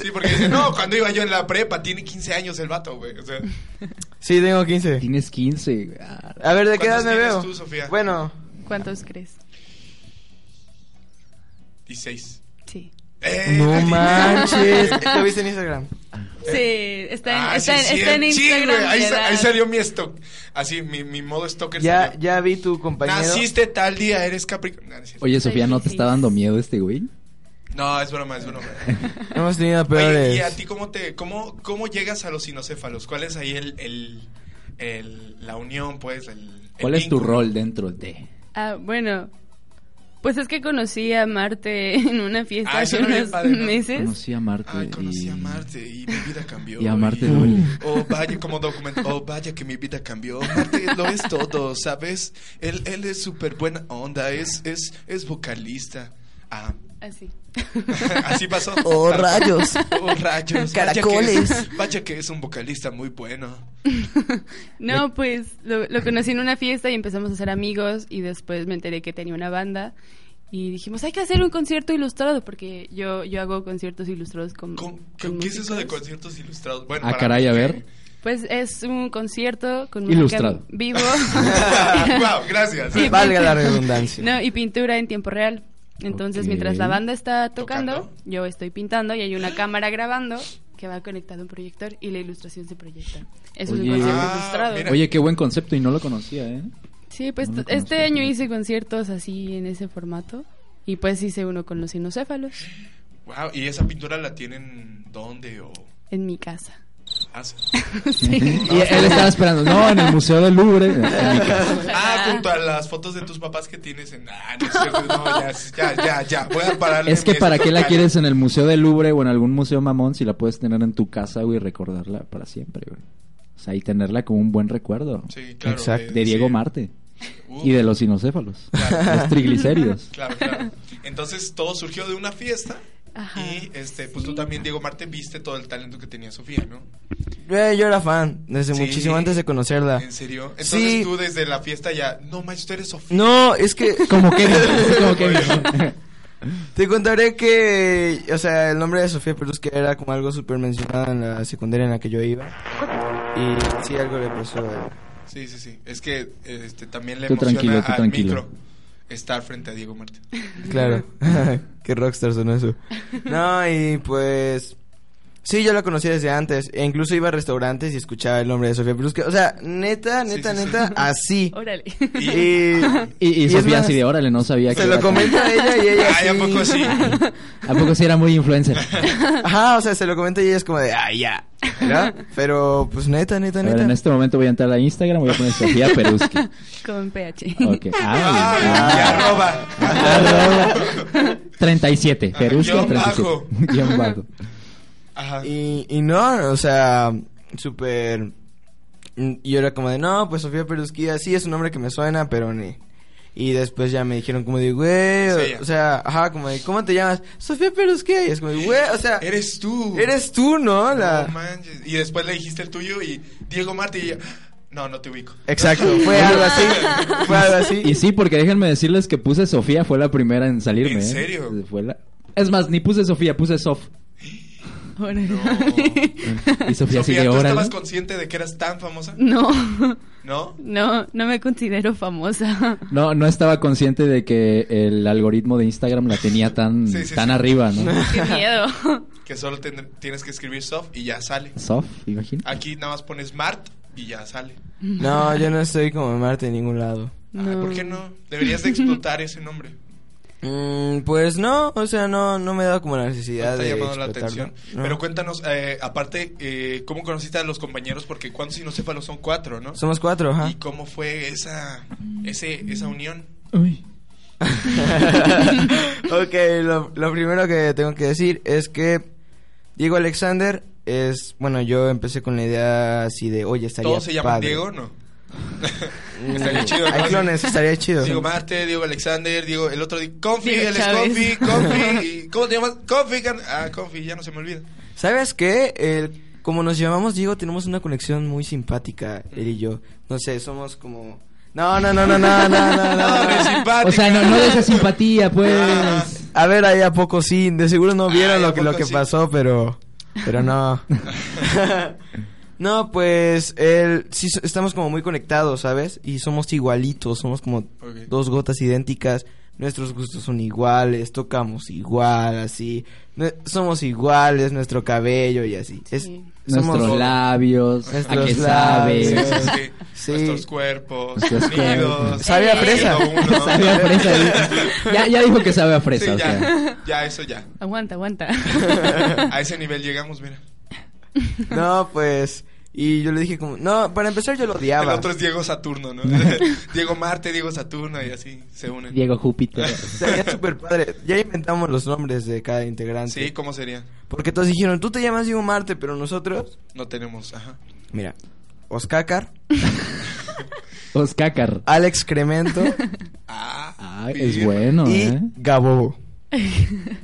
Speaker 4: Sí, porque dice, no, cuando iba yo en la prepa, tiene 15 años el vato, güey. O sea,
Speaker 7: Sí, tengo 15.
Speaker 3: Tienes 15. güey. Ah,
Speaker 7: A ver, ¿de qué edad
Speaker 4: ¿Cuántos
Speaker 7: me
Speaker 4: tienes
Speaker 7: veo?
Speaker 4: tú, Sofía?
Speaker 7: Bueno,
Speaker 8: ¿Cuántos crees?
Speaker 4: 16.
Speaker 8: Sí.
Speaker 4: ¡Eh!
Speaker 7: no manches. ¿Lo viste en Instagram?
Speaker 8: Sí, está en,
Speaker 4: Ah, sí,
Speaker 8: está en-
Speaker 4: sí,
Speaker 8: está en
Speaker 4: sí, güey,
Speaker 8: Instagram.
Speaker 4: ahí,
Speaker 8: mi
Speaker 4: sa-
Speaker 8: edad.
Speaker 4: ahí salió mi stock. Así, mi, mi modo stalker
Speaker 7: Ya,
Speaker 4: salió.
Speaker 7: ya vi tu compañero.
Speaker 4: Naciste tal día, eres Capricornio. No, no es cierto.
Speaker 3: Oye, Sofía, ¿no te
Speaker 8: Soy
Speaker 3: está
Speaker 8: Piscis.
Speaker 3: dando miedo este güey?
Speaker 4: No, es broma, es broma.
Speaker 7: No hemos tenido peores.
Speaker 4: Oye, ¿y a ti cómo te cómo, cómo llegas a los cinocéfalos? ¿Cuál es ahí el, el, el- la unión, pues? El, el
Speaker 3: ¿Cuál es tu
Speaker 4: vínculo?
Speaker 3: rol dentro de...?
Speaker 8: Ah, bueno. Pues es que conocí a Marte en una fiesta
Speaker 4: Ah, eso
Speaker 8: hace
Speaker 4: era bien
Speaker 8: unos
Speaker 4: padre, ¿no?
Speaker 8: meses.
Speaker 3: Conocí a Marte.
Speaker 4: Ay, Ah, conocí
Speaker 3: y...
Speaker 4: a Marte y mi vida cambió.
Speaker 3: Y a Marte duele.
Speaker 4: Oh, vaya, como documento. Oh, vaya que mi vida cambió. Marte lo es todo, ¿sabes? Él, él es súper buena onda, es, es, es vocalista. Ah,
Speaker 8: Así.
Speaker 4: así pasó.
Speaker 7: Oh, rayos.
Speaker 4: Oh, rayos. Vaya que es-
Speaker 7: Caracoles.
Speaker 4: vaya que es un vocalista muy bueno.
Speaker 8: No, pues lo, lo conocí en una fiesta y empezamos a ser amigos y después me enteré que tenía una banda y dijimos, hay que hacer un concierto ilustrado porque yo, yo hago conciertos ilustrados con...
Speaker 4: ¿Con-
Speaker 8: con
Speaker 4: con- ¿Qué es eso de
Speaker 8: músicos.
Speaker 4: conciertos ilustrados? Bueno,
Speaker 3: Ah,
Speaker 4: para
Speaker 3: caray,
Speaker 4: los
Speaker 3: a
Speaker 4: que-
Speaker 3: ver.
Speaker 8: Pues es un concierto con música
Speaker 3: Ilustrado.
Speaker 8: en vivo.
Speaker 4: wow, gracias.
Speaker 8: Sí,
Speaker 7: Valga la
Speaker 8: pintura.
Speaker 7: redundancia.
Speaker 8: No, y pintura en tiempo real. Entonces,
Speaker 3: Ok.
Speaker 8: mientras la banda está tocando,
Speaker 4: Tocando.
Speaker 8: yo estoy pintando y hay una cámara grabando que va conectada a un proyector y la ilustración se proyecta. Eso es
Speaker 3: Oye.
Speaker 8: un concierto
Speaker 4: Ah,
Speaker 8: ilustrado.
Speaker 4: mira.
Speaker 3: Oye, qué buen concepto y no lo conocía, ¿eh?
Speaker 8: Sí, pues
Speaker 3: No lo
Speaker 8: t- este
Speaker 3: conozco.
Speaker 8: año hice conciertos así en ese formato y pues hice uno con los sinocéfalos
Speaker 4: Wow, ¿y esa pintura la tienen dónde o
Speaker 8: en mi casa.
Speaker 4: hace?
Speaker 3: Y él estaba esperando, no, en el Museo del Louvre. en mi casa.
Speaker 4: Ah, junto a las fotos de tus papás que tienes en. Ah, no es cierto, no, ya, ya, ya, ya. Voy a pararle.
Speaker 3: Es que
Speaker 4: mi-
Speaker 3: para qué la quieres en el Museo del Louvre o en algún museo mamón si la puedes tener en tu casa, güey, y recordarla para siempre, güey. O sea, y tenerla como un buen recuerdo.
Speaker 4: Sí, claro. eh,
Speaker 9: Exacto.
Speaker 3: De Diego
Speaker 4: sí.
Speaker 3: Marte
Speaker 4: Uh,
Speaker 3: y de los sinocéfalos,
Speaker 4: Claro.
Speaker 3: los triglicéridos.
Speaker 4: Claro, claro. Entonces todo surgió de una fiesta.
Speaker 8: Ajá.
Speaker 4: Y este, pues tú también, Diego Marte, viste todo el talento que tenía Sofía, ¿no?
Speaker 7: Eh, yo era fan desde
Speaker 4: Sí.
Speaker 7: muchísimo antes de
Speaker 3: Ah.
Speaker 7: conocerla.
Speaker 4: ¿En serio? Entonces
Speaker 7: Sí.
Speaker 4: tú desde la fiesta ya. No, manches, tú eres Sofía.
Speaker 7: No, es que
Speaker 3: Como Kevin, como Kevin.
Speaker 7: te contaré que, o sea, el nombre de Sofía Perus que era como algo súper mencionado en la secundaria en la que yo iba. Y sí, algo le pasó. a-
Speaker 4: Sí, sí, sí. Es que este, también le
Speaker 3: Tú
Speaker 4: emociona
Speaker 3: tranquilo, tú
Speaker 4: al
Speaker 3: tranquilo.
Speaker 4: micro estar frente a Diego Marte.
Speaker 7: Claro. Qué rockstar sonó eso. No, y pues... Sí, yo la conocí desde antes. E incluso iba a restaurantes y escuchaba el nombre de Sofía Perus. que- O sea, neta,
Speaker 4: Sí,
Speaker 7: neta,
Speaker 4: sí, sí.
Speaker 7: neta, así.
Speaker 8: Órale.
Speaker 7: Y,
Speaker 3: Y, y
Speaker 7: es
Speaker 3: Sofía
Speaker 7: más,
Speaker 3: así de, órale, no sabía que
Speaker 7: Se lo
Speaker 3: era-
Speaker 7: comenta ella y ella
Speaker 4: Ay, ¿a
Speaker 7: sí.
Speaker 4: poco sí?
Speaker 3: ¿A poco sí era muy influencer?
Speaker 7: Ajá, o sea, se lo comenta y ella es como de, ah, ya. ¿verdad? Pero, pues, neta, neta,
Speaker 3: A ver,
Speaker 7: neta.
Speaker 3: en este momento voy a entrar a Instagram, voy a poner Sofía Peruski.
Speaker 8: con PH.
Speaker 3: Ok. Ah,
Speaker 4: Ay,
Speaker 3: ah.
Speaker 4: ya roba.
Speaker 3: Arroba 37,
Speaker 4: Ajá,
Speaker 3: Perusca
Speaker 4: Ah, guión
Speaker 3: 37.
Speaker 4: bajo.
Speaker 3: Guión bajo.
Speaker 4: Ajá.
Speaker 7: Y, y no, o sea, súper... mm, Y yo era como de, no, pues Sofía Perusquía, sí es un nombre que me suena, pero ni... Y después ya me dijeron como de, güey, o-
Speaker 4: Sí, ya.
Speaker 7: o, sea, ajá, como de, ¿cómo te llamas? Sofía Perusquía, y es como de, güey, o sea, eres,
Speaker 4: Eres tú.
Speaker 7: tú, ¿no? La...
Speaker 4: No manches. Y después le dijiste el tuyo y Diego Marte y ella, no, no te ubico.
Speaker 7: Exacto, fue algo así, fue algo así.
Speaker 3: Y sí, porque déjenme decirles que puse Sofía, fue la primera en salirme.
Speaker 4: ¿En
Speaker 3: ¿eh?
Speaker 4: serio?
Speaker 3: Fue la- Es más, ni puse Sofía, puse Sof.
Speaker 8: Órale.
Speaker 3: Y Sofía,
Speaker 4: Sofía,
Speaker 3: sigue
Speaker 4: ¿tú
Speaker 3: ahora.
Speaker 4: estabas consciente de que eras tan famosa?
Speaker 8: No,
Speaker 4: ¿No?
Speaker 8: no, no me considero famosa.
Speaker 3: No, no estaba consciente de que el algoritmo de Instagram la tenía tan,
Speaker 4: Sí, sí,
Speaker 3: tan
Speaker 4: sí.
Speaker 3: arriba, ¿no?
Speaker 8: Qué miedo.
Speaker 4: Que solo ten- tienes que escribir soft y ya sale.
Speaker 3: Sof, imagina.
Speaker 4: Aquí nada más pones Mart y ya sale.
Speaker 7: No, yo no estoy como Marte en ningún lado.
Speaker 4: Ay,
Speaker 8: No.
Speaker 4: ¿Por qué no? Deberías de explotar ese nombre.
Speaker 7: Mm, pues no, o sea, no, no me da como la
Speaker 4: No
Speaker 7: necesidad
Speaker 4: te ha
Speaker 7: de
Speaker 4: llamado la
Speaker 7: explotarlo.
Speaker 4: atención.
Speaker 7: No.
Speaker 4: Pero cuéntanos, eh, aparte, eh, ¿cómo conociste a los compañeros? Porque cuántos sinocéfalos son cuatro, ¿no?
Speaker 7: Somos cuatro, ajá.
Speaker 4: ¿Y cómo fue esa, ese, esa unión?
Speaker 3: Uy.
Speaker 7: ok, lo, lo primero que tengo que decir es que Diego Alexander es, bueno, yo empecé con la idea así de, oye, estaría
Speaker 4: ¿Todos se llaman
Speaker 7: padre.
Speaker 4: Diego? No.
Speaker 7: Mm,
Speaker 4: Estaría chido,
Speaker 7: Hay
Speaker 4: ¿no?
Speaker 7: clones, estaría chido.
Speaker 4: Diego Marte, Diego Alexander, Diego, el otro, Diego- Confi,
Speaker 8: Diego
Speaker 4: él es
Speaker 8: Chávez.
Speaker 4: Confi, Confi, y- ¿cómo te llamas? Confi, can- ah, Confi, ya no se me olvida.
Speaker 7: ¿Sabes qué? El- como nos llamamos Diego, tenemos una conexión muy simpática, él y yo. No sé, somos como... No, no, no, no, no, no, no,
Speaker 4: No,
Speaker 7: no.
Speaker 4: re simpático.
Speaker 3: O sea, no, no de esa simpatía,
Speaker 4: Ah,
Speaker 3: pues.
Speaker 7: A ver, ahí a poco sí, de seguro no
Speaker 4: Ay,
Speaker 7: vieron
Speaker 4: ¿a
Speaker 7: lo que, lo
Speaker 4: poco
Speaker 7: que
Speaker 4: sí?
Speaker 7: pasó, pero pero no. no, pues él sí so- estamos como muy conectados, ¿sabes? Y somos igualitos, somos como
Speaker 4: Ok.
Speaker 7: dos gotas idénticas, nuestros gustos son iguales, tocamos igual, así. nue- somos iguales, nuestro cabello y así. Es-
Speaker 8: Sí.
Speaker 3: Nuestros
Speaker 7: somos-
Speaker 3: labios, a
Speaker 7: Nuestros
Speaker 3: qué
Speaker 4: Ah, sí,
Speaker 3: sabes.
Speaker 7: labios.
Speaker 4: sí, sí.
Speaker 7: Sí.
Speaker 4: Nuestros cuerpos,
Speaker 3: Nuestros
Speaker 4: unidos.
Speaker 8: cuerpos.
Speaker 7: Sabe a
Speaker 8: Eh.
Speaker 7: fresa.
Speaker 4: Siendo uno.
Speaker 3: Sabe a fresa. Ya, ya dijo que sabe a
Speaker 4: Sí,
Speaker 3: fresa. o sea.
Speaker 4: ya, ya, eso ya.
Speaker 8: Aguanta, aguanta.
Speaker 4: A ese nivel llegamos, mira.
Speaker 7: No, pues Y yo le dije como, no, para empezar yo lo odiaba.
Speaker 4: El otro es Diego Saturno, ¿no? Diego Marte, Diego Saturno y así se unen.
Speaker 3: Diego Júpiter.
Speaker 7: Sería súper padre. Ya inventamos los nombres de cada integrante.
Speaker 4: Sí, ¿cómo sería?
Speaker 7: Porque todos dijeron, tú te llamas Diego Marte, pero nosotros...
Speaker 4: No tenemos, ajá.
Speaker 7: Mira, Oscacar,
Speaker 3: Oscacar.
Speaker 7: Alex Cremento
Speaker 4: Ah,
Speaker 3: Ah, es
Speaker 4: bien.
Speaker 3: bueno,
Speaker 7: y
Speaker 3: ¿eh?
Speaker 7: Gabobo.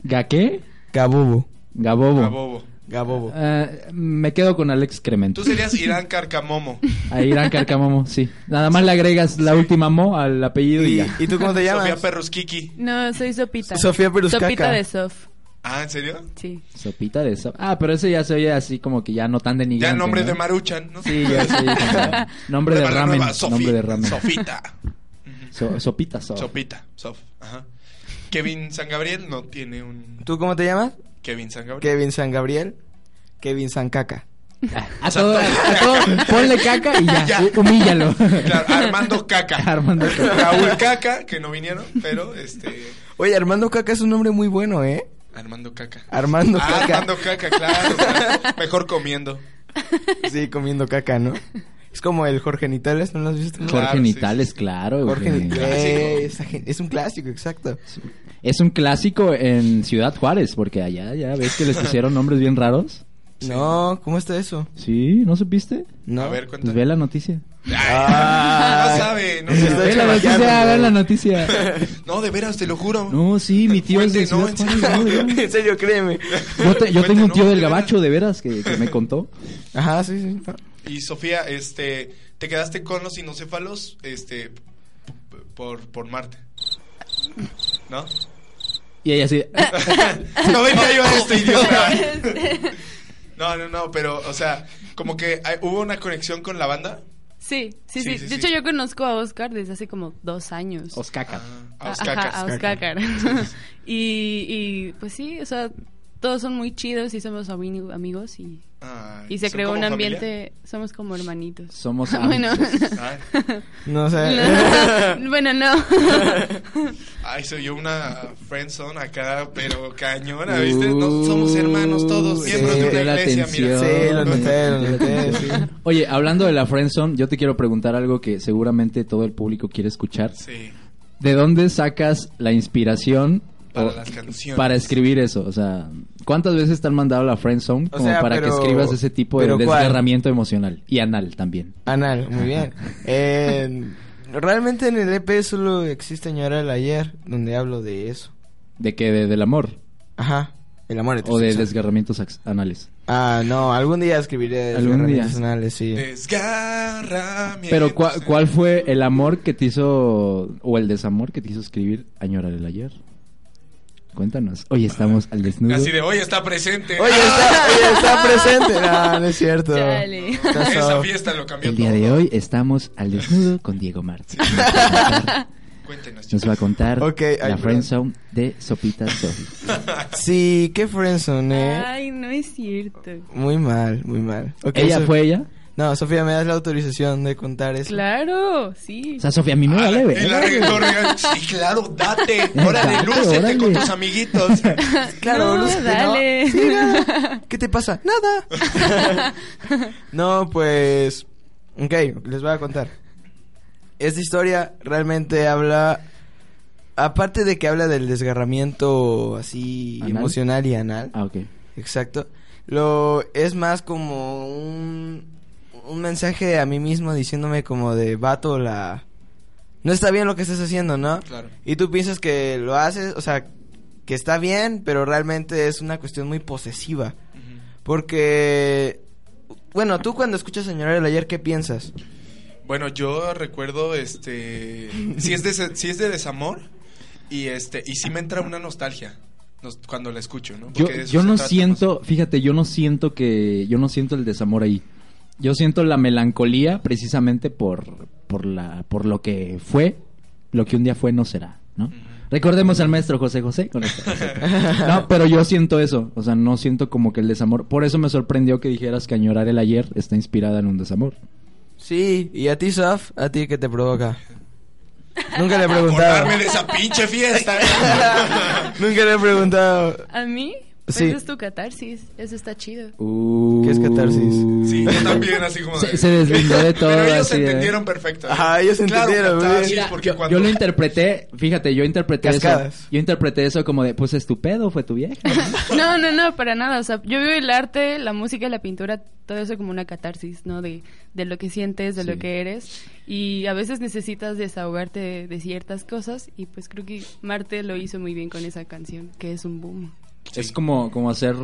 Speaker 3: ¿Ga qué?
Speaker 7: Gabobo.
Speaker 3: Gabobo.
Speaker 4: a bobo.
Speaker 7: Gabobo.
Speaker 3: Eh, me quedo con Alex Cremento.
Speaker 4: Tú serías Irán Carcamomo.
Speaker 3: A Irán Carcamomo, sí. Nada más le agregas la última mo al apellido y
Speaker 7: ¿Y,
Speaker 3: ya.
Speaker 7: y tú cómo te
Speaker 4: Sofía
Speaker 7: llamas?
Speaker 4: Perruskiki.
Speaker 8: No, soy Sopita.
Speaker 7: Sofía Peruscaca.
Speaker 8: Sopita de Sof.
Speaker 4: Ah, ¿en serio?
Speaker 8: Sí.
Speaker 3: Sopita de eso. Ah, pero eso ya se oye así como que ya no tan denigrante.
Speaker 4: Ya nombres
Speaker 3: ¿no?
Speaker 4: de Maruchan, ¿no?
Speaker 3: Sí, ya sí. ya. Nombre de,
Speaker 4: Barra
Speaker 3: ramen.
Speaker 4: Nueva, Sofi,
Speaker 3: Nombre de ramen.
Speaker 4: Sofita.
Speaker 3: So- sopita, so.
Speaker 4: Sopita. Sof. Ajá. Kevin San Gabriel no tiene un...
Speaker 7: ¿Tú cómo te llamas?
Speaker 4: Kevin San Gabriel.
Speaker 7: Kevin San Gabriel. Kevin San Caca.
Speaker 3: Ah, A todo, a todo, ponle caca y ya,
Speaker 4: Ya.
Speaker 3: hu- humíllalo.
Speaker 4: Claro, ah, Armando Caca.
Speaker 3: Armando Caca.
Speaker 4: Raúl Caca, que no vinieron, pero este...
Speaker 7: Oye, Armando Caca es un nombre muy bueno, ¿eh?
Speaker 4: Armando Caca.
Speaker 7: Armando
Speaker 4: Ah,
Speaker 7: Caca.
Speaker 4: Armando Caca, claro. claro. Mejor comiendo.
Speaker 7: Sí, comiendo caca, ¿no? Es como el Jorge Nitales, ¿no lo has visto?
Speaker 3: Jorge
Speaker 4: Claro, sí,
Speaker 3: Nitales, claro.
Speaker 7: Jorge
Speaker 3: güey.
Speaker 7: Nitales. esa gen- Es un clásico, exacto.
Speaker 3: Es un clásico en Ciudad Juárez, porque allá ya ves que les pusieron nombres bien raros.
Speaker 7: No, ¿cómo está eso?
Speaker 3: Sí, ¿no supiste?
Speaker 7: No.
Speaker 4: A ver, cuenta.
Speaker 3: Pues ve la noticia.
Speaker 7: Ah.
Speaker 4: no sabe, no sabe.
Speaker 3: Ve la noticia, ve la noticia.
Speaker 4: No, de veras, te lo juro.
Speaker 3: No, sí, mi tío es de
Speaker 4: Fuente,
Speaker 3: Ciudad
Speaker 4: no, en serio.
Speaker 3: Juárez. no, de
Speaker 7: en
Speaker 3: veras.
Speaker 7: serio, créeme.
Speaker 3: Yo, te- yo tengo un
Speaker 4: Fuente,
Speaker 3: tío
Speaker 4: no,
Speaker 3: del
Speaker 4: de veras.
Speaker 3: gabacho, de veras, que, que me contó.
Speaker 7: Ajá, sí, sí. no.
Speaker 4: Y Sofía, este, te quedaste con los inocéfalos, este, p- p- por, por Marte. ¿No?
Speaker 3: Y ella así...
Speaker 4: No venía yo a este idiota. No, no, no, pero, o sea, como que hay- hubo una conexión con la banda.
Speaker 8: Sí, sí, sí.
Speaker 4: Sí, sí,
Speaker 8: de
Speaker 4: sí.
Speaker 8: hecho, yo conozco a Oscar desde hace como dos años.
Speaker 3: Oscaca.
Speaker 4: Ah, A
Speaker 8: Ajá,
Speaker 4: Oscacas.
Speaker 8: a Oscacar. y, y pues sí, o sea, todos son muy chidos y somos ami- amigos y,
Speaker 4: Ay,
Speaker 8: y se
Speaker 4: Ah, ¿son
Speaker 8: creó
Speaker 4: como
Speaker 8: un
Speaker 4: familia? Ah.
Speaker 8: ambiente, somos como hermanitos.
Speaker 3: Somos
Speaker 8: bueno,
Speaker 4: Ay,
Speaker 7: No eh, sé.
Speaker 8: no, bueno, no.
Speaker 4: ay, soy yo una friendzone acá, pero cañona, ¿viste? No, somos hermanos todos, miembros
Speaker 7: sí,
Speaker 4: de una
Speaker 3: la
Speaker 4: iglesia, mira.
Speaker 3: atención.
Speaker 7: sí, lo noté, lo noté, sí.
Speaker 3: Oye, hablando de la Friendzone, yo te quiero preguntar algo que seguramente todo el público quiere escuchar.
Speaker 4: Sí,
Speaker 3: ¿De dónde sacas la inspiración
Speaker 4: para
Speaker 3: o-
Speaker 4: las canciones.
Speaker 3: para escribir eso? O sea, ¿cuántas veces te han mandado la Friendzone
Speaker 7: O
Speaker 3: como
Speaker 7: sea,
Speaker 3: para
Speaker 7: pero-
Speaker 3: que escribas ese tipo de
Speaker 7: ¿pero cuál?
Speaker 3: desgarramiento emocional? Y anal también.
Speaker 7: Anal, muy bien. Eh, realmente en el EP solo existe Señora el Ayer, donde hablo de eso.
Speaker 3: ¿De que ¿De, ¿Del amor?
Speaker 7: Ajá, el amor
Speaker 3: ¿O de
Speaker 7: heterosexual.
Speaker 3: desgarramientos ax- anales?
Speaker 7: Ah, no, algún día escribiré
Speaker 3: Algún
Speaker 7: desgarramientos
Speaker 3: día.
Speaker 7: anales, sí.
Speaker 4: Eh, Desgarra
Speaker 3: Pero ¿cuál, ¿cuál fue el amor que te hizo, o el desamor que te hizo escribir Añorar el ayer? Cuéntanos.
Speaker 7: Ah,
Speaker 3: Hoy estamos al desnudo.
Speaker 4: Así de hoy está presente. Ah,
Speaker 7: Oye, está, oye, está presente. No, no es cierto.
Speaker 8: Chale.
Speaker 7: Está
Speaker 4: Esa
Speaker 7: soft.
Speaker 4: fiesta lo cambió
Speaker 3: El día
Speaker 4: todo.
Speaker 3: de hoy estamos al desnudo con Diego Martí.
Speaker 4: Cuéntenos,
Speaker 3: Nos va a
Speaker 4: chicos.
Speaker 3: contar
Speaker 7: Ok, ay,
Speaker 3: la
Speaker 7: perdón.
Speaker 3: friendzone de Sopita Sofi.
Speaker 7: Sí, qué friendzone, ¿eh?
Speaker 8: Ay, no es cierto.
Speaker 7: Muy mal, muy mal. Ok,
Speaker 3: ¿Ella
Speaker 7: Sof-
Speaker 3: fue ella?
Speaker 7: No, Sofía, ¿me das la autorización de contar eso?
Speaker 8: Claro, sí.
Speaker 3: O sea, Sofía, a mí me
Speaker 4: Ah,
Speaker 3: vale,
Speaker 4: y la
Speaker 3: ¿eh?
Speaker 4: regaló, regaló. Sí, claro, date. Órale,
Speaker 3: Date,
Speaker 4: lúcete
Speaker 3: órale.
Speaker 4: con tus amiguitos.
Speaker 7: Claro,
Speaker 8: No,
Speaker 7: Luz, ¿no?
Speaker 8: dale.
Speaker 7: Sí, nada. ¿Qué te pasa? Nada. no, pues... Ok, les voy a contar. Esta historia realmente habla... Aparte de que habla del desgarramiento así
Speaker 3: Anal.
Speaker 7: emocional y anal.
Speaker 3: Ah, ok.
Speaker 7: Exacto. Lo es más como un, un mensaje a mí mismo diciéndome como de vato la no está bien lo que estás haciendo, ¿no?
Speaker 4: Claro.
Speaker 7: Y tú piensas que lo haces, o sea, que está bien, pero realmente es una cuestión muy posesiva, porque bueno, tú cuando escuchas señora el ayer, ¿qué piensas?
Speaker 4: Bueno, yo recuerdo, este, si es de, si es de desamor y este, y sí me entra una nostalgia nos- cuando la escucho, ¿no?
Speaker 3: Yo,
Speaker 4: Porque de eso
Speaker 3: yo
Speaker 4: se
Speaker 3: no
Speaker 4: trata pues.
Speaker 3: siento, fíjate, yo no siento que, yo no siento el desamor ahí. Yo siento la melancolía precisamente por, por la, por lo que fue, lo que un día fue no será, ¿no? Recordemos al maestro José José con esta receta. No, pero yo siento eso, o sea, no siento como que el desamor. Por eso me sorprendió que dijeras que añorar el ayer está inspirada en un desamor.
Speaker 7: Sí, y a ti Saf, a ti qué te provoca? Nunca le he
Speaker 4: más.
Speaker 7: preguntado.
Speaker 4: Acordarme de esa pinche fiesta. ¿eh?
Speaker 7: Nunca le he preguntado.
Speaker 8: A mí, Pues
Speaker 7: Sí.
Speaker 8: esa es tu catarsis. Eso está chido.
Speaker 3: Uh.
Speaker 7: ¿Qué es catarsis?
Speaker 4: Sí, yo también, así como.
Speaker 3: Se-
Speaker 4: de-
Speaker 3: se deslindó de todo,
Speaker 4: Pero ellos
Speaker 3: así de-
Speaker 4: entendieron perfecto. ¿eh?
Speaker 7: Ajá, ellos entendieron,
Speaker 4: Claro, catarsis,
Speaker 7: güey.
Speaker 3: Mira,
Speaker 4: porque
Speaker 3: yo,
Speaker 4: cuando.
Speaker 3: yo lo interpreté, fíjate, yo interpreté
Speaker 7: Cascadas.
Speaker 3: eso. Yo interpreté eso como de, pues estupendo fue tu vieja.
Speaker 8: No, no, no, para nada. O sea, yo veo el arte, la música, la pintura, todo eso como una catarsis, ¿no? De, de lo que sientes, de
Speaker 3: Sí.
Speaker 8: lo que eres. Y a veces necesitas desahogarte de, de ciertas cosas. Y pues creo que Marte lo hizo muy bien con esa canción, que es un boom.
Speaker 3: Es como, como hacer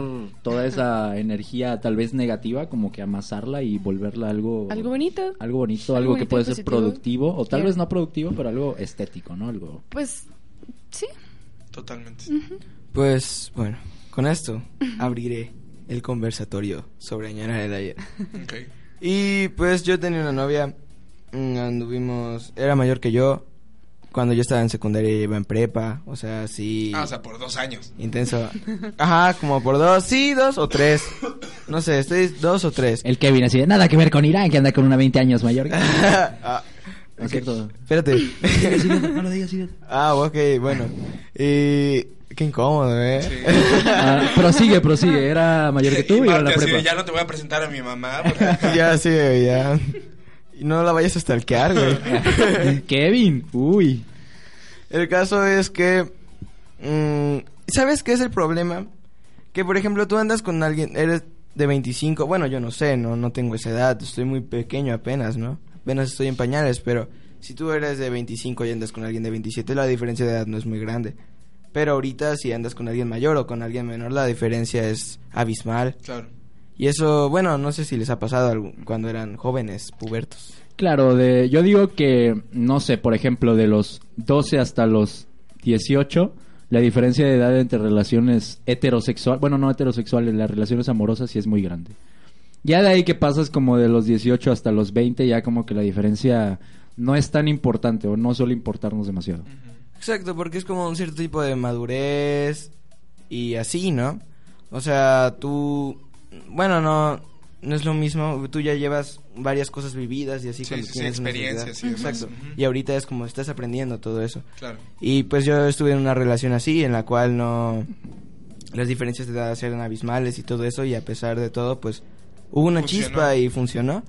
Speaker 3: toda esa energía tal vez negativa, como que amasarla y volverla algo...
Speaker 8: Algo bonito.
Speaker 3: Algo bonito,
Speaker 8: Algo
Speaker 3: algo, que
Speaker 8: bonito y
Speaker 3: puede ser
Speaker 8: positivo.
Speaker 3: productivo, o tal
Speaker 8: Claro.
Speaker 3: vez no productivo, pero algo estético, ¿no? Algo...
Speaker 8: Pues sí.
Speaker 4: Totalmente.
Speaker 7: Pues bueno, con esto abriré el conversatorio sobre añorar el ayer.
Speaker 4: Ok.
Speaker 7: Y pues yo tenía una novia, mm, anduvimos, era mayor que yo. Cuando yo estaba en secundaria ella iba en prepa, o sea, sí.
Speaker 4: Ah, o sea, por dos años.
Speaker 7: Intenso. Ajá, como por dos, sí, dos o tres. No sé, estoy dos o tres.
Speaker 3: El Kevin así de, nada que ver con Irán, que anda con una 20 años mayor. que-".
Speaker 7: Ah,
Speaker 3: No es cierto.
Speaker 7: Espérate.
Speaker 3: No lo digas, idiota.
Speaker 7: ah, ok, bueno. Y qué incómodo, ¿eh?
Speaker 4: Sí.
Speaker 3: Ah, prosigue, prosigue, era mayor que tú y iba a la
Speaker 4: Marte así de,
Speaker 3: prepa.
Speaker 4: ya no te voy a presentar a mi mamá. porque-
Speaker 7: ya, sí, güey, ya. Y No la vayas a stalkear, güey.
Speaker 3: Kevin, uy.
Speaker 7: El caso es que. mm, ¿Sabes qué es el problema? Que, por ejemplo, tú andas con alguien, eres de 25. Bueno, yo no sé, no, no tengo esa edad. Estoy muy pequeño apenas, ¿no? Apenas estoy en pañales, pero si tú eres de 25 y andas con alguien de 27, la diferencia de edad no es muy grande. Pero ahorita, si andas con alguien mayor o con alguien menor, la diferencia es abismal.
Speaker 4: Claro.
Speaker 7: Y eso, bueno, no sé si les ha pasado algún- cuando eran jóvenes, pubertos.
Speaker 3: Claro, de, yo digo que, no sé, por ejemplo, de los 12 hasta los 18, la diferencia de edad entre relaciones heterosexuales, bueno, no heterosexuales, las relaciones amorosas sí es muy grande. Ya de ahí que pasas como de los 18 hasta los 20, ya como que la diferencia no es tan importante o no suele importarnos demasiado.
Speaker 7: Exacto, porque es como un cierto tipo de madurez y así, ¿no? O sea, tú, bueno, no, no es lo mismo, tú ya llevas varias cosas vividas y así
Speaker 4: Sí,
Speaker 7: cuando
Speaker 4: sí, sí,
Speaker 7: tienes una cierta edad.
Speaker 4: experiencias y demás.
Speaker 7: Exacto.
Speaker 4: Ujú.
Speaker 7: Y ahorita es como estás aprendiendo todo eso.
Speaker 4: Claro.
Speaker 7: Y pues yo estuve en una relación así, en la cual no, las diferencias de edad eran abismales y todo eso, y a pesar de todo, pues hubo una
Speaker 4: Funcionó.
Speaker 7: chispa y funcionó.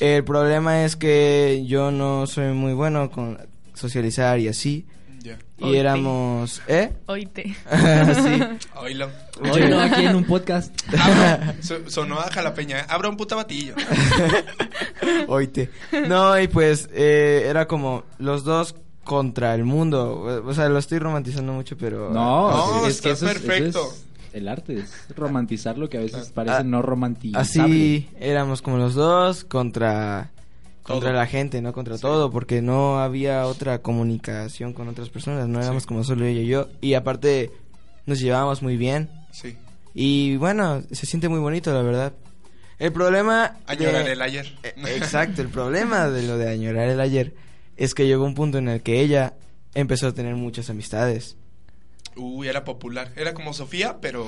Speaker 7: El problema es que yo no soy muy bueno con socializar y así.
Speaker 4: Ya.
Speaker 7: Y
Speaker 8: Oite.
Speaker 7: éramos. ¿Eh?
Speaker 8: Hoy te.
Speaker 7: sí.
Speaker 4: Oílo.
Speaker 3: Hoy no, aquí en un podcast.
Speaker 4: Abra- so- sonó a jalapeña. ¿eh? Abra un puta batillo.
Speaker 7: Oite. No, y pues eh, era como los dos contra el mundo. O sea, lo estoy romantizando mucho, pero. ah,
Speaker 3: No,
Speaker 4: No,
Speaker 3: es que
Speaker 4: está
Speaker 3: eso es, eso
Speaker 4: perfecto.
Speaker 3: es el arte, es romantizar lo que a veces parece no romantizable.
Speaker 7: Así éramos como los dos contra. Contra
Speaker 4: Todo.
Speaker 7: la gente, no contra todo, porque no había otra comunicación con otras personas, no éramos como solo ella y yo. Y aparte, nos llevábamos muy bien.
Speaker 4: Sí.
Speaker 7: Y bueno, se siente muy bonito, la verdad. El problema.
Speaker 4: A
Speaker 7: de-
Speaker 4: llorar el ayer.
Speaker 7: Eh, Exacto, el problema de lo de añorar el ayer es que llegó un punto en el que ella empezó a tener muchas amistades.
Speaker 4: Uy, era popular. Era como Sofía, pero.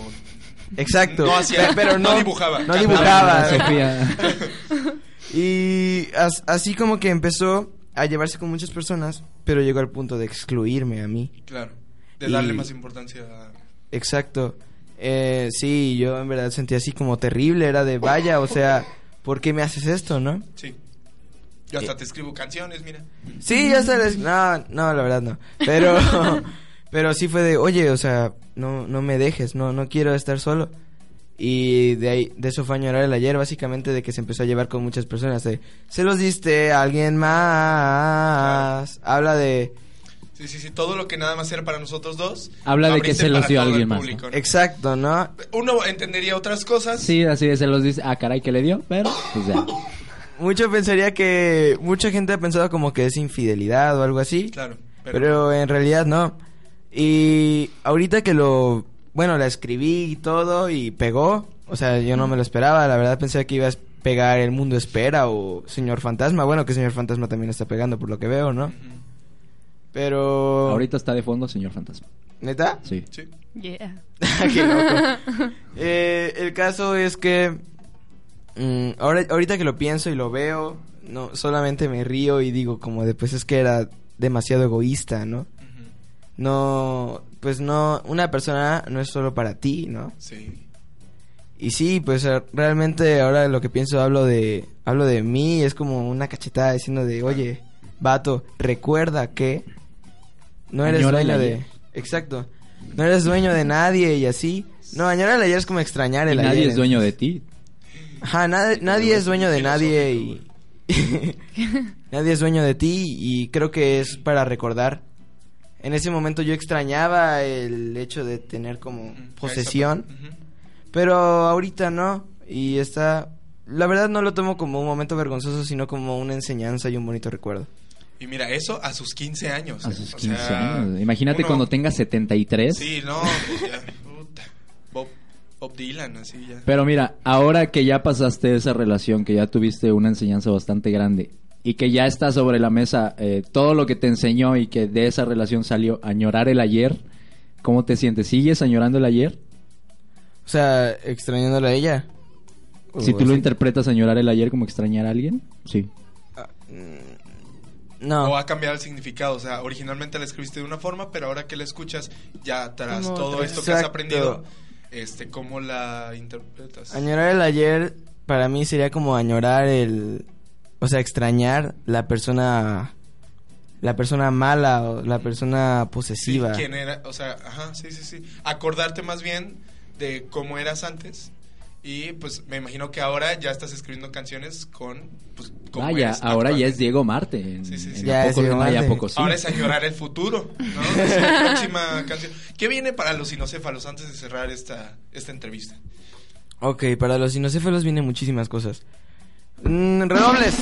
Speaker 7: Exacto.
Speaker 4: No hacía-
Speaker 7: Pe- pero no,
Speaker 4: no dibujaba.
Speaker 7: No
Speaker 4: Ah,
Speaker 7: dibujaba.
Speaker 3: Ah, Sofía.
Speaker 7: Y as- así como que empezó a llevarse con muchas personas, pero llegó al punto de excluirme a mí.
Speaker 4: Claro. De darle
Speaker 7: Y-
Speaker 4: más importancia a.
Speaker 7: Exacto. Eh, sí, yo en verdad sentí así como terrible, era de vaya, o sea, ¿por qué me haces esto, no?
Speaker 4: Sí. Yo
Speaker 7: Eh.
Speaker 4: hasta te escribo canciones, mira.
Speaker 7: Sí, ya sabes. No, no, la verdad no. Pero, pero sí fue de, oye, o sea, no, no me dejes, no, no quiero estar solo. Y de ahí, de eso fue añorar el ayer, básicamente de que se empezó a llevar con muchas personas. de, se los diste a alguien más. Habla de,
Speaker 4: Sí, sí, sí. Todo lo que nada más era para nosotros dos.
Speaker 3: Habla
Speaker 4: lo
Speaker 3: de que
Speaker 4: abriste
Speaker 3: se los
Speaker 4: para
Speaker 3: dio
Speaker 4: todo
Speaker 3: alguien
Speaker 4: el
Speaker 3: más,
Speaker 4: público, ¿no?
Speaker 7: exacto, ¿no?
Speaker 4: Uno entendería otras cosas.
Speaker 3: Sí, así de, se los dice. Ah, caray, que le dio? Pero, pues ya.
Speaker 7: Mucho pensaría que, mucha gente ha pensado como que es infidelidad o algo así.
Speaker 4: Claro.
Speaker 7: Pero,
Speaker 4: Pero,
Speaker 7: en realidad no. Y ahorita que lo. Bueno, la escribí y todo y pegó. O sea, yo no me lo esperaba. La verdad pensé que ibas a pegar El Mundo Espera o Señor Fantasma. Bueno, que Señor Fantasma también está pegando por lo que veo, ¿no?
Speaker 4: Ujú.
Speaker 7: Pero.
Speaker 3: Ahorita está de fondo, señor fantasma.
Speaker 7: ¿Neta?
Speaker 3: Sí.
Speaker 4: Sí.
Speaker 8: Yeah.
Speaker 7: Qué loco. Eh, el caso es que. mm, ahora, ahorita que lo pienso y lo veo, no solamente me pues, río y digo, como después es que era demasiado egoísta, ¿no?
Speaker 4: Ujú.
Speaker 7: no pues no, una persona no es solo para ti, ¿no?
Speaker 4: Sí.
Speaker 7: Y sí, pues eh, realmente ahora lo que pienso hablo de hablo de mí, es como una cachetada diciendo de, "Oye, vato, recuerda que no eres
Speaker 3: Añora el
Speaker 7: dueño de
Speaker 3: ayer.
Speaker 7: Exacto. No eres dueño de nadie y así. No, añora el ayer es como extrañar
Speaker 3: Y
Speaker 7: el
Speaker 3: nadie
Speaker 7: ayer.
Speaker 3: es dueño de ti.
Speaker 7: Ajá, nada- nadie es dueño de nadie y nadie es dueño de ti y creo que es para recordar. En ese momento yo extrañaba el hecho de tener como posesión. Pero ahorita no. Y está. La verdad no lo tomo como un momento vergonzoso, sino como una enseñanza y un bonito recuerdo.
Speaker 4: Y mira, eso a sus 15 años.
Speaker 3: A
Speaker 4: ¿eh?
Speaker 3: sus
Speaker 4: O
Speaker 3: 15
Speaker 4: sea,
Speaker 3: años. Imagínate
Speaker 4: uno-
Speaker 3: cuando tengas 73.
Speaker 4: Sí, no. pues ya, puta. Bob, Bob Dylan, así ya.
Speaker 3: Pero mira, ahora que ya pasaste esa relación, que ya tuviste una enseñanza bastante grande y que ya está sobre la mesa eh, todo lo que te enseñó y que de esa relación salió añorar el ayer, ¿cómo te sientes? ¿Sigues añorando el ayer?
Speaker 7: O sea, extrañándola a ella.
Speaker 3: si
Speaker 7: O
Speaker 3: tú lo
Speaker 7: así.
Speaker 3: interpretas añorar el ayer como extrañar a alguien, sí.
Speaker 4: O
Speaker 7: No.
Speaker 4: ha cambiado el significado. O sea, originalmente la escribiste de una forma, pero ahora que la escuchas, ya tras
Speaker 8: Como
Speaker 4: todo
Speaker 8: otra.
Speaker 4: esto que has
Speaker 7: Exacto.
Speaker 4: aprendido, este, ¿cómo la interpretas?
Speaker 7: Añorar el ayer para mí sería como añorar el. O sea, extrañar la persona. La persona mala o la persona
Speaker 4: Sí,
Speaker 7: posesiva.
Speaker 4: ¿Quién era? O sea, ajá, sí, sí, sí. Acordarte más bien de cómo eras antes. Y pues me imagino que ahora ya estás escribiendo canciones con. Pues, cómo
Speaker 3: Vaya,
Speaker 4: eres
Speaker 3: ahora ya
Speaker 4: actualmente.
Speaker 3: es Diego Marte. en-
Speaker 4: Sí, sí, sí.
Speaker 3: en
Speaker 7: Ya
Speaker 3: ¿A
Speaker 7: es
Speaker 3: poco
Speaker 7: Diego
Speaker 3: no? Ay, ¿a
Speaker 7: Marte.
Speaker 3: poco Pues sí?
Speaker 4: Ahora es añorar el futuro, ¿no? Es la próxima canción. ¿Qué viene para los sinocéfalos antes de cerrar esta, esta entrevista?
Speaker 7: Ok, para los sinocéfalos vienen muchísimas cosas. Mm, redobles.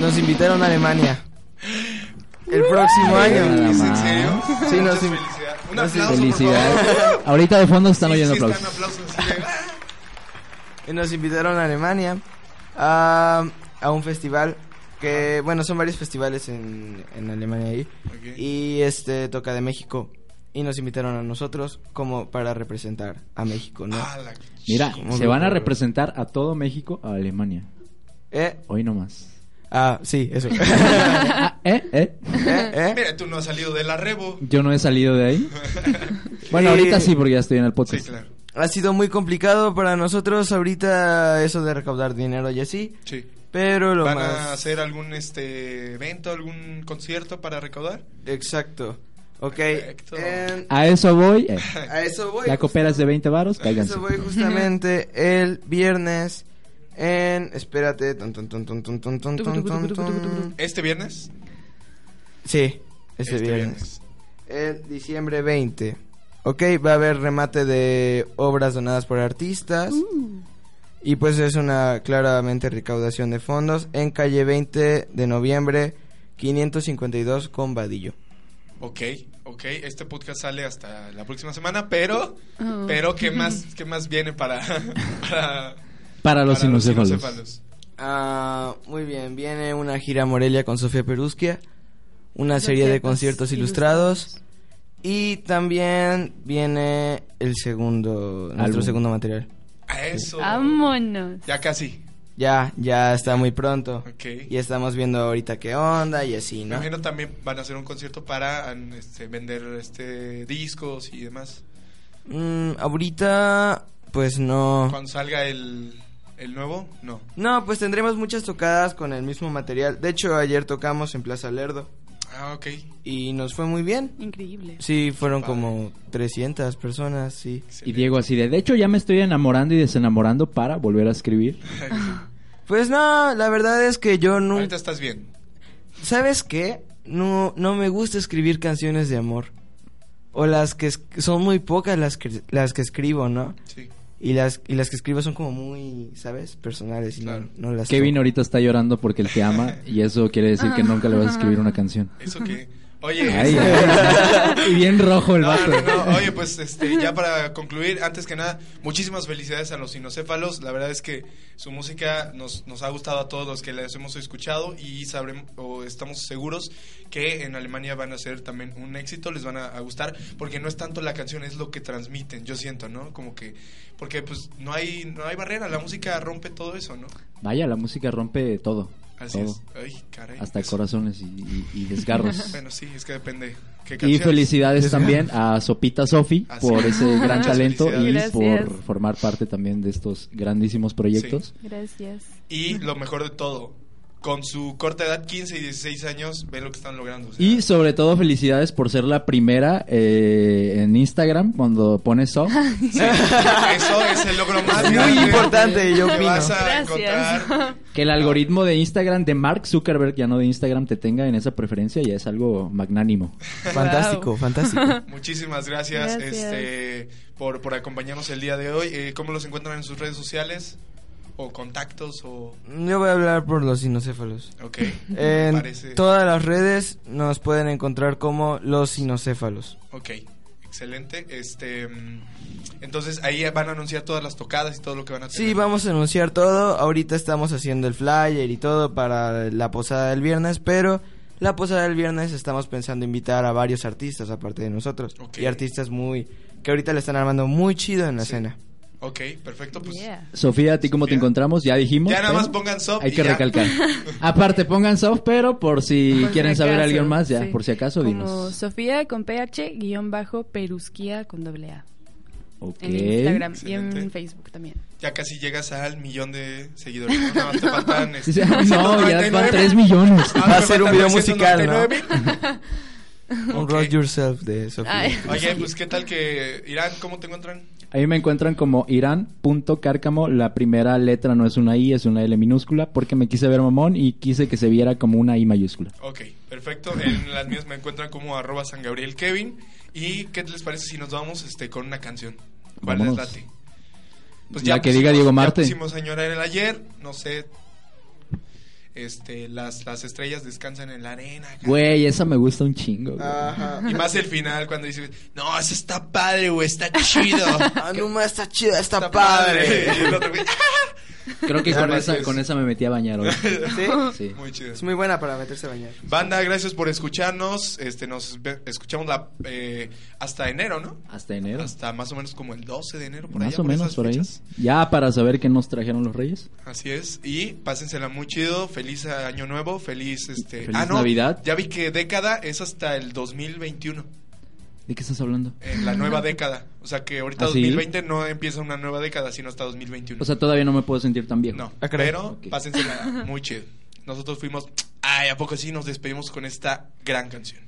Speaker 7: Nos invitaron a Alemania. El próximo año.
Speaker 4: ¿Es en serio?
Speaker 7: Sí, no,
Speaker 4: Muchas
Speaker 7: sí.
Speaker 4: felicidades. Un
Speaker 7: No, sí,
Speaker 4: aplauso, por favor.
Speaker 3: Felicidades. Ahorita de fondo están
Speaker 4: Sí,
Speaker 3: oyendo
Speaker 4: sí,
Speaker 3: aplausos.
Speaker 4: están aplausos, así de, "Ah".
Speaker 7: Y nos invitaron a Alemania a, a un festival que, bueno, son varios festivales en, en Alemania ahí.
Speaker 4: Ok.
Speaker 7: Y este toca de México. Y nos invitaron a nosotros como para representar a México, ¿no?
Speaker 4: Ah, la-
Speaker 3: Mira,
Speaker 7: ¿Cómo
Speaker 3: se
Speaker 7: lo
Speaker 3: van a
Speaker 7: logró?
Speaker 3: representar a todo México, a Alemania.
Speaker 7: Eh,
Speaker 3: Hoy nomás.
Speaker 7: ah, sí, eso. Eh,
Speaker 3: Ah, ¿Eh? ¿Eh?
Speaker 7: eh.
Speaker 4: Mira, tú no has salido de la rebo.
Speaker 3: Yo no he salido de ahí. Bueno,
Speaker 7: Y-
Speaker 3: ahorita Pues sí, porque ya estoy en el
Speaker 4: Sí,
Speaker 3: podcast.
Speaker 4: claro.
Speaker 7: Ha sido muy complicado para nosotros ahorita eso de recaudar dinero y así.
Speaker 4: Sí.
Speaker 7: Pero lo
Speaker 4: ¿Van a
Speaker 7: más.
Speaker 4: hacer algún este evento, algún concierto para recaudar?
Speaker 7: Exacto. Ok.
Speaker 4: Perfecto.
Speaker 7: en-
Speaker 3: A eso voy. eh,
Speaker 7: A eso voy.
Speaker 3: ya cooperas de 20 varos,
Speaker 7: A
Speaker 3: cáiganse.
Speaker 7: eso voy justamente el viernes en. Espérate. Tun, tun, tun, tun, tun, tun, tun, tun, tun, tun.
Speaker 4: ¿Este viernes?
Speaker 7: Sí, este viernes. El diciembre 20. Ok, va a haber remate de obras donadas por artistas. Y pues es una claramente recaudación de fondos en calle 20 de noviembre 552 con Vadillo.
Speaker 4: Ok, ok. Este podcast sale hasta la próxima semana, pero...
Speaker 8: Oh.
Speaker 4: Pero ¿qué más, qué más viene para... para
Speaker 3: Para los
Speaker 4: para
Speaker 3: sinocéfalos.
Speaker 4: sinocéfalos?
Speaker 7: Ah, muy bien, viene una gira a Morelia con Sofía Perusquia, una serie de conciertos ilustrados y también viene el segundo, nuestro
Speaker 3: Álbum.
Speaker 7: segundo material.
Speaker 4: A eso.
Speaker 8: Vámonos.
Speaker 4: Ya casi.
Speaker 7: Ya, ya está muy pronto.
Speaker 4: Ok.
Speaker 7: Y estamos viendo ahorita qué onda y así,
Speaker 4: Me
Speaker 7: ¿no?
Speaker 4: imagino también van a hacer un concierto para an- este, vender este discos y demás.
Speaker 7: Mm, ahorita, pues no.
Speaker 4: Cuando salga el, el nuevo, no.
Speaker 7: No, pues tendremos muchas tocadas con el mismo material. De hecho, ayer tocamos en Plaza Lerdo
Speaker 4: Ah, ok.
Speaker 7: y nos fue muy bien.
Speaker 8: Increíble.
Speaker 7: Sí, fueron
Speaker 4: Padre.
Speaker 7: como 300 personas, sí.
Speaker 3: Y Diego así de, de hecho ya me estoy enamorando y desenamorando para volver a escribir.
Speaker 7: Pues no, la verdad es que yo
Speaker 4: Ahorita
Speaker 7: nunca...
Speaker 4: estás bien.
Speaker 7: ¿Sabes qué? No, no me gusta escribir canciones de amor. O las que... es- Son muy pocas las que, las que escribo, ¿no?
Speaker 4: Sí.
Speaker 7: Y las, y las que escribo son como muy, ¿sabes? Personales y no-
Speaker 4: Claro.
Speaker 7: no, las...
Speaker 3: Kevin
Speaker 7: toco.
Speaker 3: ahorita está llorando porque él te ama y eso quiere decir que nunca le vas a escribir una canción.
Speaker 4: Eso que... Oye,
Speaker 3: Ay,
Speaker 4: este-
Speaker 3: y bien rojo el
Speaker 4: No,
Speaker 3: vato.
Speaker 4: no, no. Oye, pues este, ya para concluir, antes que nada, muchísimas felicidades a los sinocéfalos. La verdad es que su música nos, nos ha gustado a todos los que les hemos escuchado y sabremos, o estamos seguros que en Alemania van a ser también un éxito, les van a, a gustar, porque no es tanto la canción, es lo que transmiten, yo siento, ¿no? Como que, porque pues no hay, no hay barrera, la música rompe todo eso, ¿no?
Speaker 3: Vaya, la música rompe todo.
Speaker 4: Así
Speaker 3: todo.
Speaker 4: es. Ay, caray.
Speaker 3: Hasta
Speaker 4: Eso.
Speaker 3: corazones y, y- y desgarros.
Speaker 4: Bueno, sí, es que depende.
Speaker 3: y
Speaker 4: ¿Qué canciones?
Speaker 3: felicidades también a Sopita Sofi
Speaker 4: Así
Speaker 3: por
Speaker 4: es.
Speaker 3: ese gran
Speaker 4: Muchas
Speaker 3: talento y
Speaker 8: felicidades.
Speaker 3: por
Speaker 8: Gracias.
Speaker 3: formar parte también de estos grandísimos proyectos.
Speaker 8: Gracias.
Speaker 4: Y lo mejor de todo, con su corta edad, 15 y 16 años, ve lo que están logrando. o sea,
Speaker 3: Y sobre todo felicidades por ser la primera eh, en Instagram cuando pones Sof.
Speaker 4: eso es el logro más
Speaker 7: Es muy
Speaker 4: grande
Speaker 7: importante, yo
Speaker 4: que
Speaker 7: opino.
Speaker 4: vas a
Speaker 8: Gracias.
Speaker 4: encontrar.
Speaker 3: Que el algoritmo de Instagram de Mark Zuckerberg, ya no de Instagram, te tenga en esa preferencia ya es algo magnánimo.
Speaker 7: Fantástico, fantástico.
Speaker 4: Muchísimas gracias,
Speaker 8: Gracias.
Speaker 4: Este, por, por acompañarnos el día de hoy. Eh, ¿Cómo los encuentran en sus redes sociales? ¿O contactos? O...
Speaker 7: Yo voy a hablar por los sinocéfalos.
Speaker 4: Ok.
Speaker 7: En
Speaker 4: parece.
Speaker 7: todas las redes nos pueden encontrar como los sinocéfalos.
Speaker 4: Ok, excelente. Este, mm, entonces ahí van a anunciar todas las tocadas y todo lo que van a tener.
Speaker 7: Sí, vamos a anunciar todo. Ahorita estamos haciendo el flyer y todo para la posada del viernes, pero la posada del viernes estamos pensando invitar a varios artistas aparte de nosotros.
Speaker 4: Ok.
Speaker 7: Y artistas muy... que ahorita le están armando muy chido en la
Speaker 4: Sí.
Speaker 7: escena.
Speaker 4: Ok, perfecto. Pues,
Speaker 8: Yeah.
Speaker 3: Sofía, ¿a ti cómo te
Speaker 4: Sofía.
Speaker 3: encontramos? Ya dijimos. ¿eh?
Speaker 4: Ya nada
Speaker 3: pero
Speaker 4: más pongan soft
Speaker 3: Hay
Speaker 4: y
Speaker 3: que
Speaker 4: ya.
Speaker 3: recalcar. Aparte, pongan soft, pero por si
Speaker 8: Por si
Speaker 3: quieren saber
Speaker 8: acaso,
Speaker 3: alguien más, ya,
Speaker 8: sí.
Speaker 3: por si acaso,
Speaker 8: Como
Speaker 3: dinos.
Speaker 8: Sofía con PH guión bajo Perusquía con doble A.
Speaker 3: Ok.
Speaker 8: En Instagram y
Speaker 4: Excelente.
Speaker 8: en Facebook también.
Speaker 4: Ya casi llegas al millón de seguidores. No, Nada más te faltan,
Speaker 3: Sí,
Speaker 4: este,
Speaker 3: sí, No, ya van
Speaker 4: 199.
Speaker 3: 3 millones.
Speaker 4: Ah,
Speaker 7: Va a
Speaker 4: me
Speaker 7: ser un
Speaker 4: faltan
Speaker 7: video musical, ¿no?
Speaker 4: 999.
Speaker 7: Un
Speaker 4: Ok.
Speaker 7: Rock Yourself de Sofía.
Speaker 8: Ay.
Speaker 4: Oye, pues qué tal que Irán, ¿cómo te encuentran?
Speaker 3: Ahí me encuentran como irán.cárcamo. La primera letra no es una I, es una L minúscula, porque me quise ver mamón y quise que se viera como una I mayúscula.
Speaker 4: Ok, perfecto. En las mías me encuentran como arroba San Gabriel Kevin. ¿Y qué les parece si nos vamos este, con una canción? ¿Cuál
Speaker 3: Vámonos.
Speaker 4: les late? Pues
Speaker 3: La que diga Diego Marte.
Speaker 4: Ya pusimos señora el ayer, no sé. Este, las, las estrellas descansan en la arena. acá.
Speaker 3: Güey, esa me gusta un chingo. güey.
Speaker 4: Ah,
Speaker 7: Ajá.
Speaker 4: Y más el final cuando dice, no, eso está padre, güey, está chido.
Speaker 7: Ah, no, ma, está chida, está,
Speaker 4: Está
Speaker 7: padre.
Speaker 4: Y el otro, güey,
Speaker 3: Creo que
Speaker 4: Ya,
Speaker 3: con
Speaker 4: gracias.
Speaker 3: esa, con esa me metí a bañar hoy.
Speaker 7: Sí,
Speaker 3: Sí.
Speaker 4: Muy chido.
Speaker 7: Es muy buena para meterse a bañar.
Speaker 4: Banda, gracias por escucharnos. Este, nos ve- escuchamos la, eh, hasta enero, ¿no?
Speaker 3: Hasta enero.
Speaker 4: Hasta más o menos como el 12 de enero, por
Speaker 3: Más
Speaker 4: allá,
Speaker 3: o
Speaker 4: por
Speaker 3: menos
Speaker 4: esas
Speaker 3: por ahí.
Speaker 4: fechas.
Speaker 3: Ya para saber qué nos trajeron los reyes.
Speaker 4: Así es. Y pásensela muy chido. Feliz año nuevo. Feliz este.
Speaker 3: Feliz Navidad.
Speaker 4: Ya vi que década es hasta el 2021.
Speaker 3: ¿De qué estás hablando?
Speaker 4: En la nueva década. O sea que ahorita
Speaker 3: ¿Ah, sí?
Speaker 4: 2020 no empieza una nueva década, sino hasta 2021.
Speaker 3: O sea, todavía no me puedo sentir tan viejo.
Speaker 4: no.
Speaker 7: Ah, caray.
Speaker 4: Pero
Speaker 3: Ok.
Speaker 4: pásensela muy chido. Nosotros fuimos. Ay, ¿a poco sí? Nos despedimos con esta gran canción.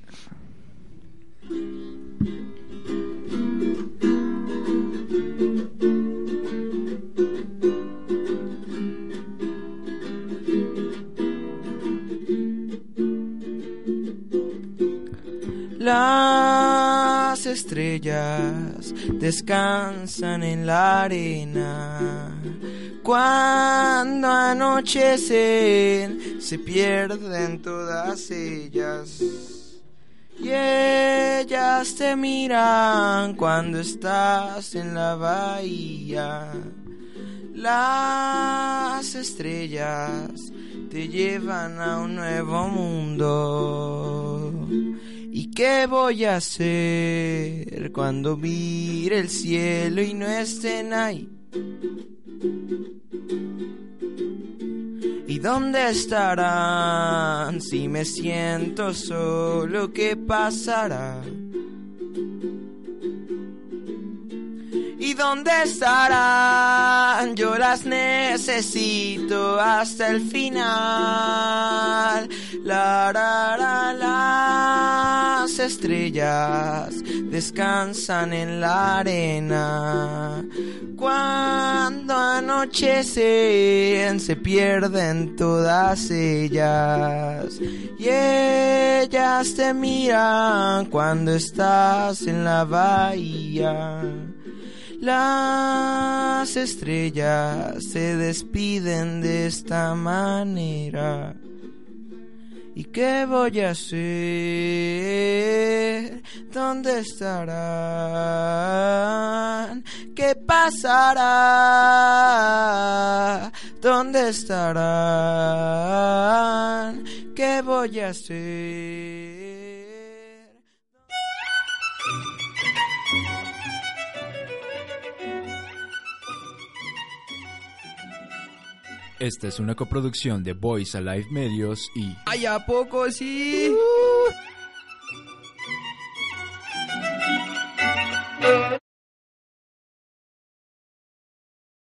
Speaker 7: Las estrellas descansan en la arena. Cuando anochecen, se pierden todas ellas. Y ellas te miran cuando estás en la bahía. Las estrellas te llevan a un nuevo mundo. ¿Y qué voy a hacer cuando mire el cielo y no estén ahí? ¿Y dónde estarán si me siento solo? ¿Qué pasará? ¿Y dónde estarán? Yo las necesito hasta el final. La, ra, ra, las estrellas descansan en la arena. Cuando anochecen se pierden todas ellas. Y ellas te miran cuando estás en la bahía. Las estrellas se despiden de esta manera. ¿Y qué voy a hacer? ¿Dónde estarán? ¿Qué pasará? ¿Dónde estarán? ¿Qué voy a hacer?
Speaker 1: Esta es una coproducción de Voice Alive Medios y
Speaker 7: ¡Ay, a poco sí!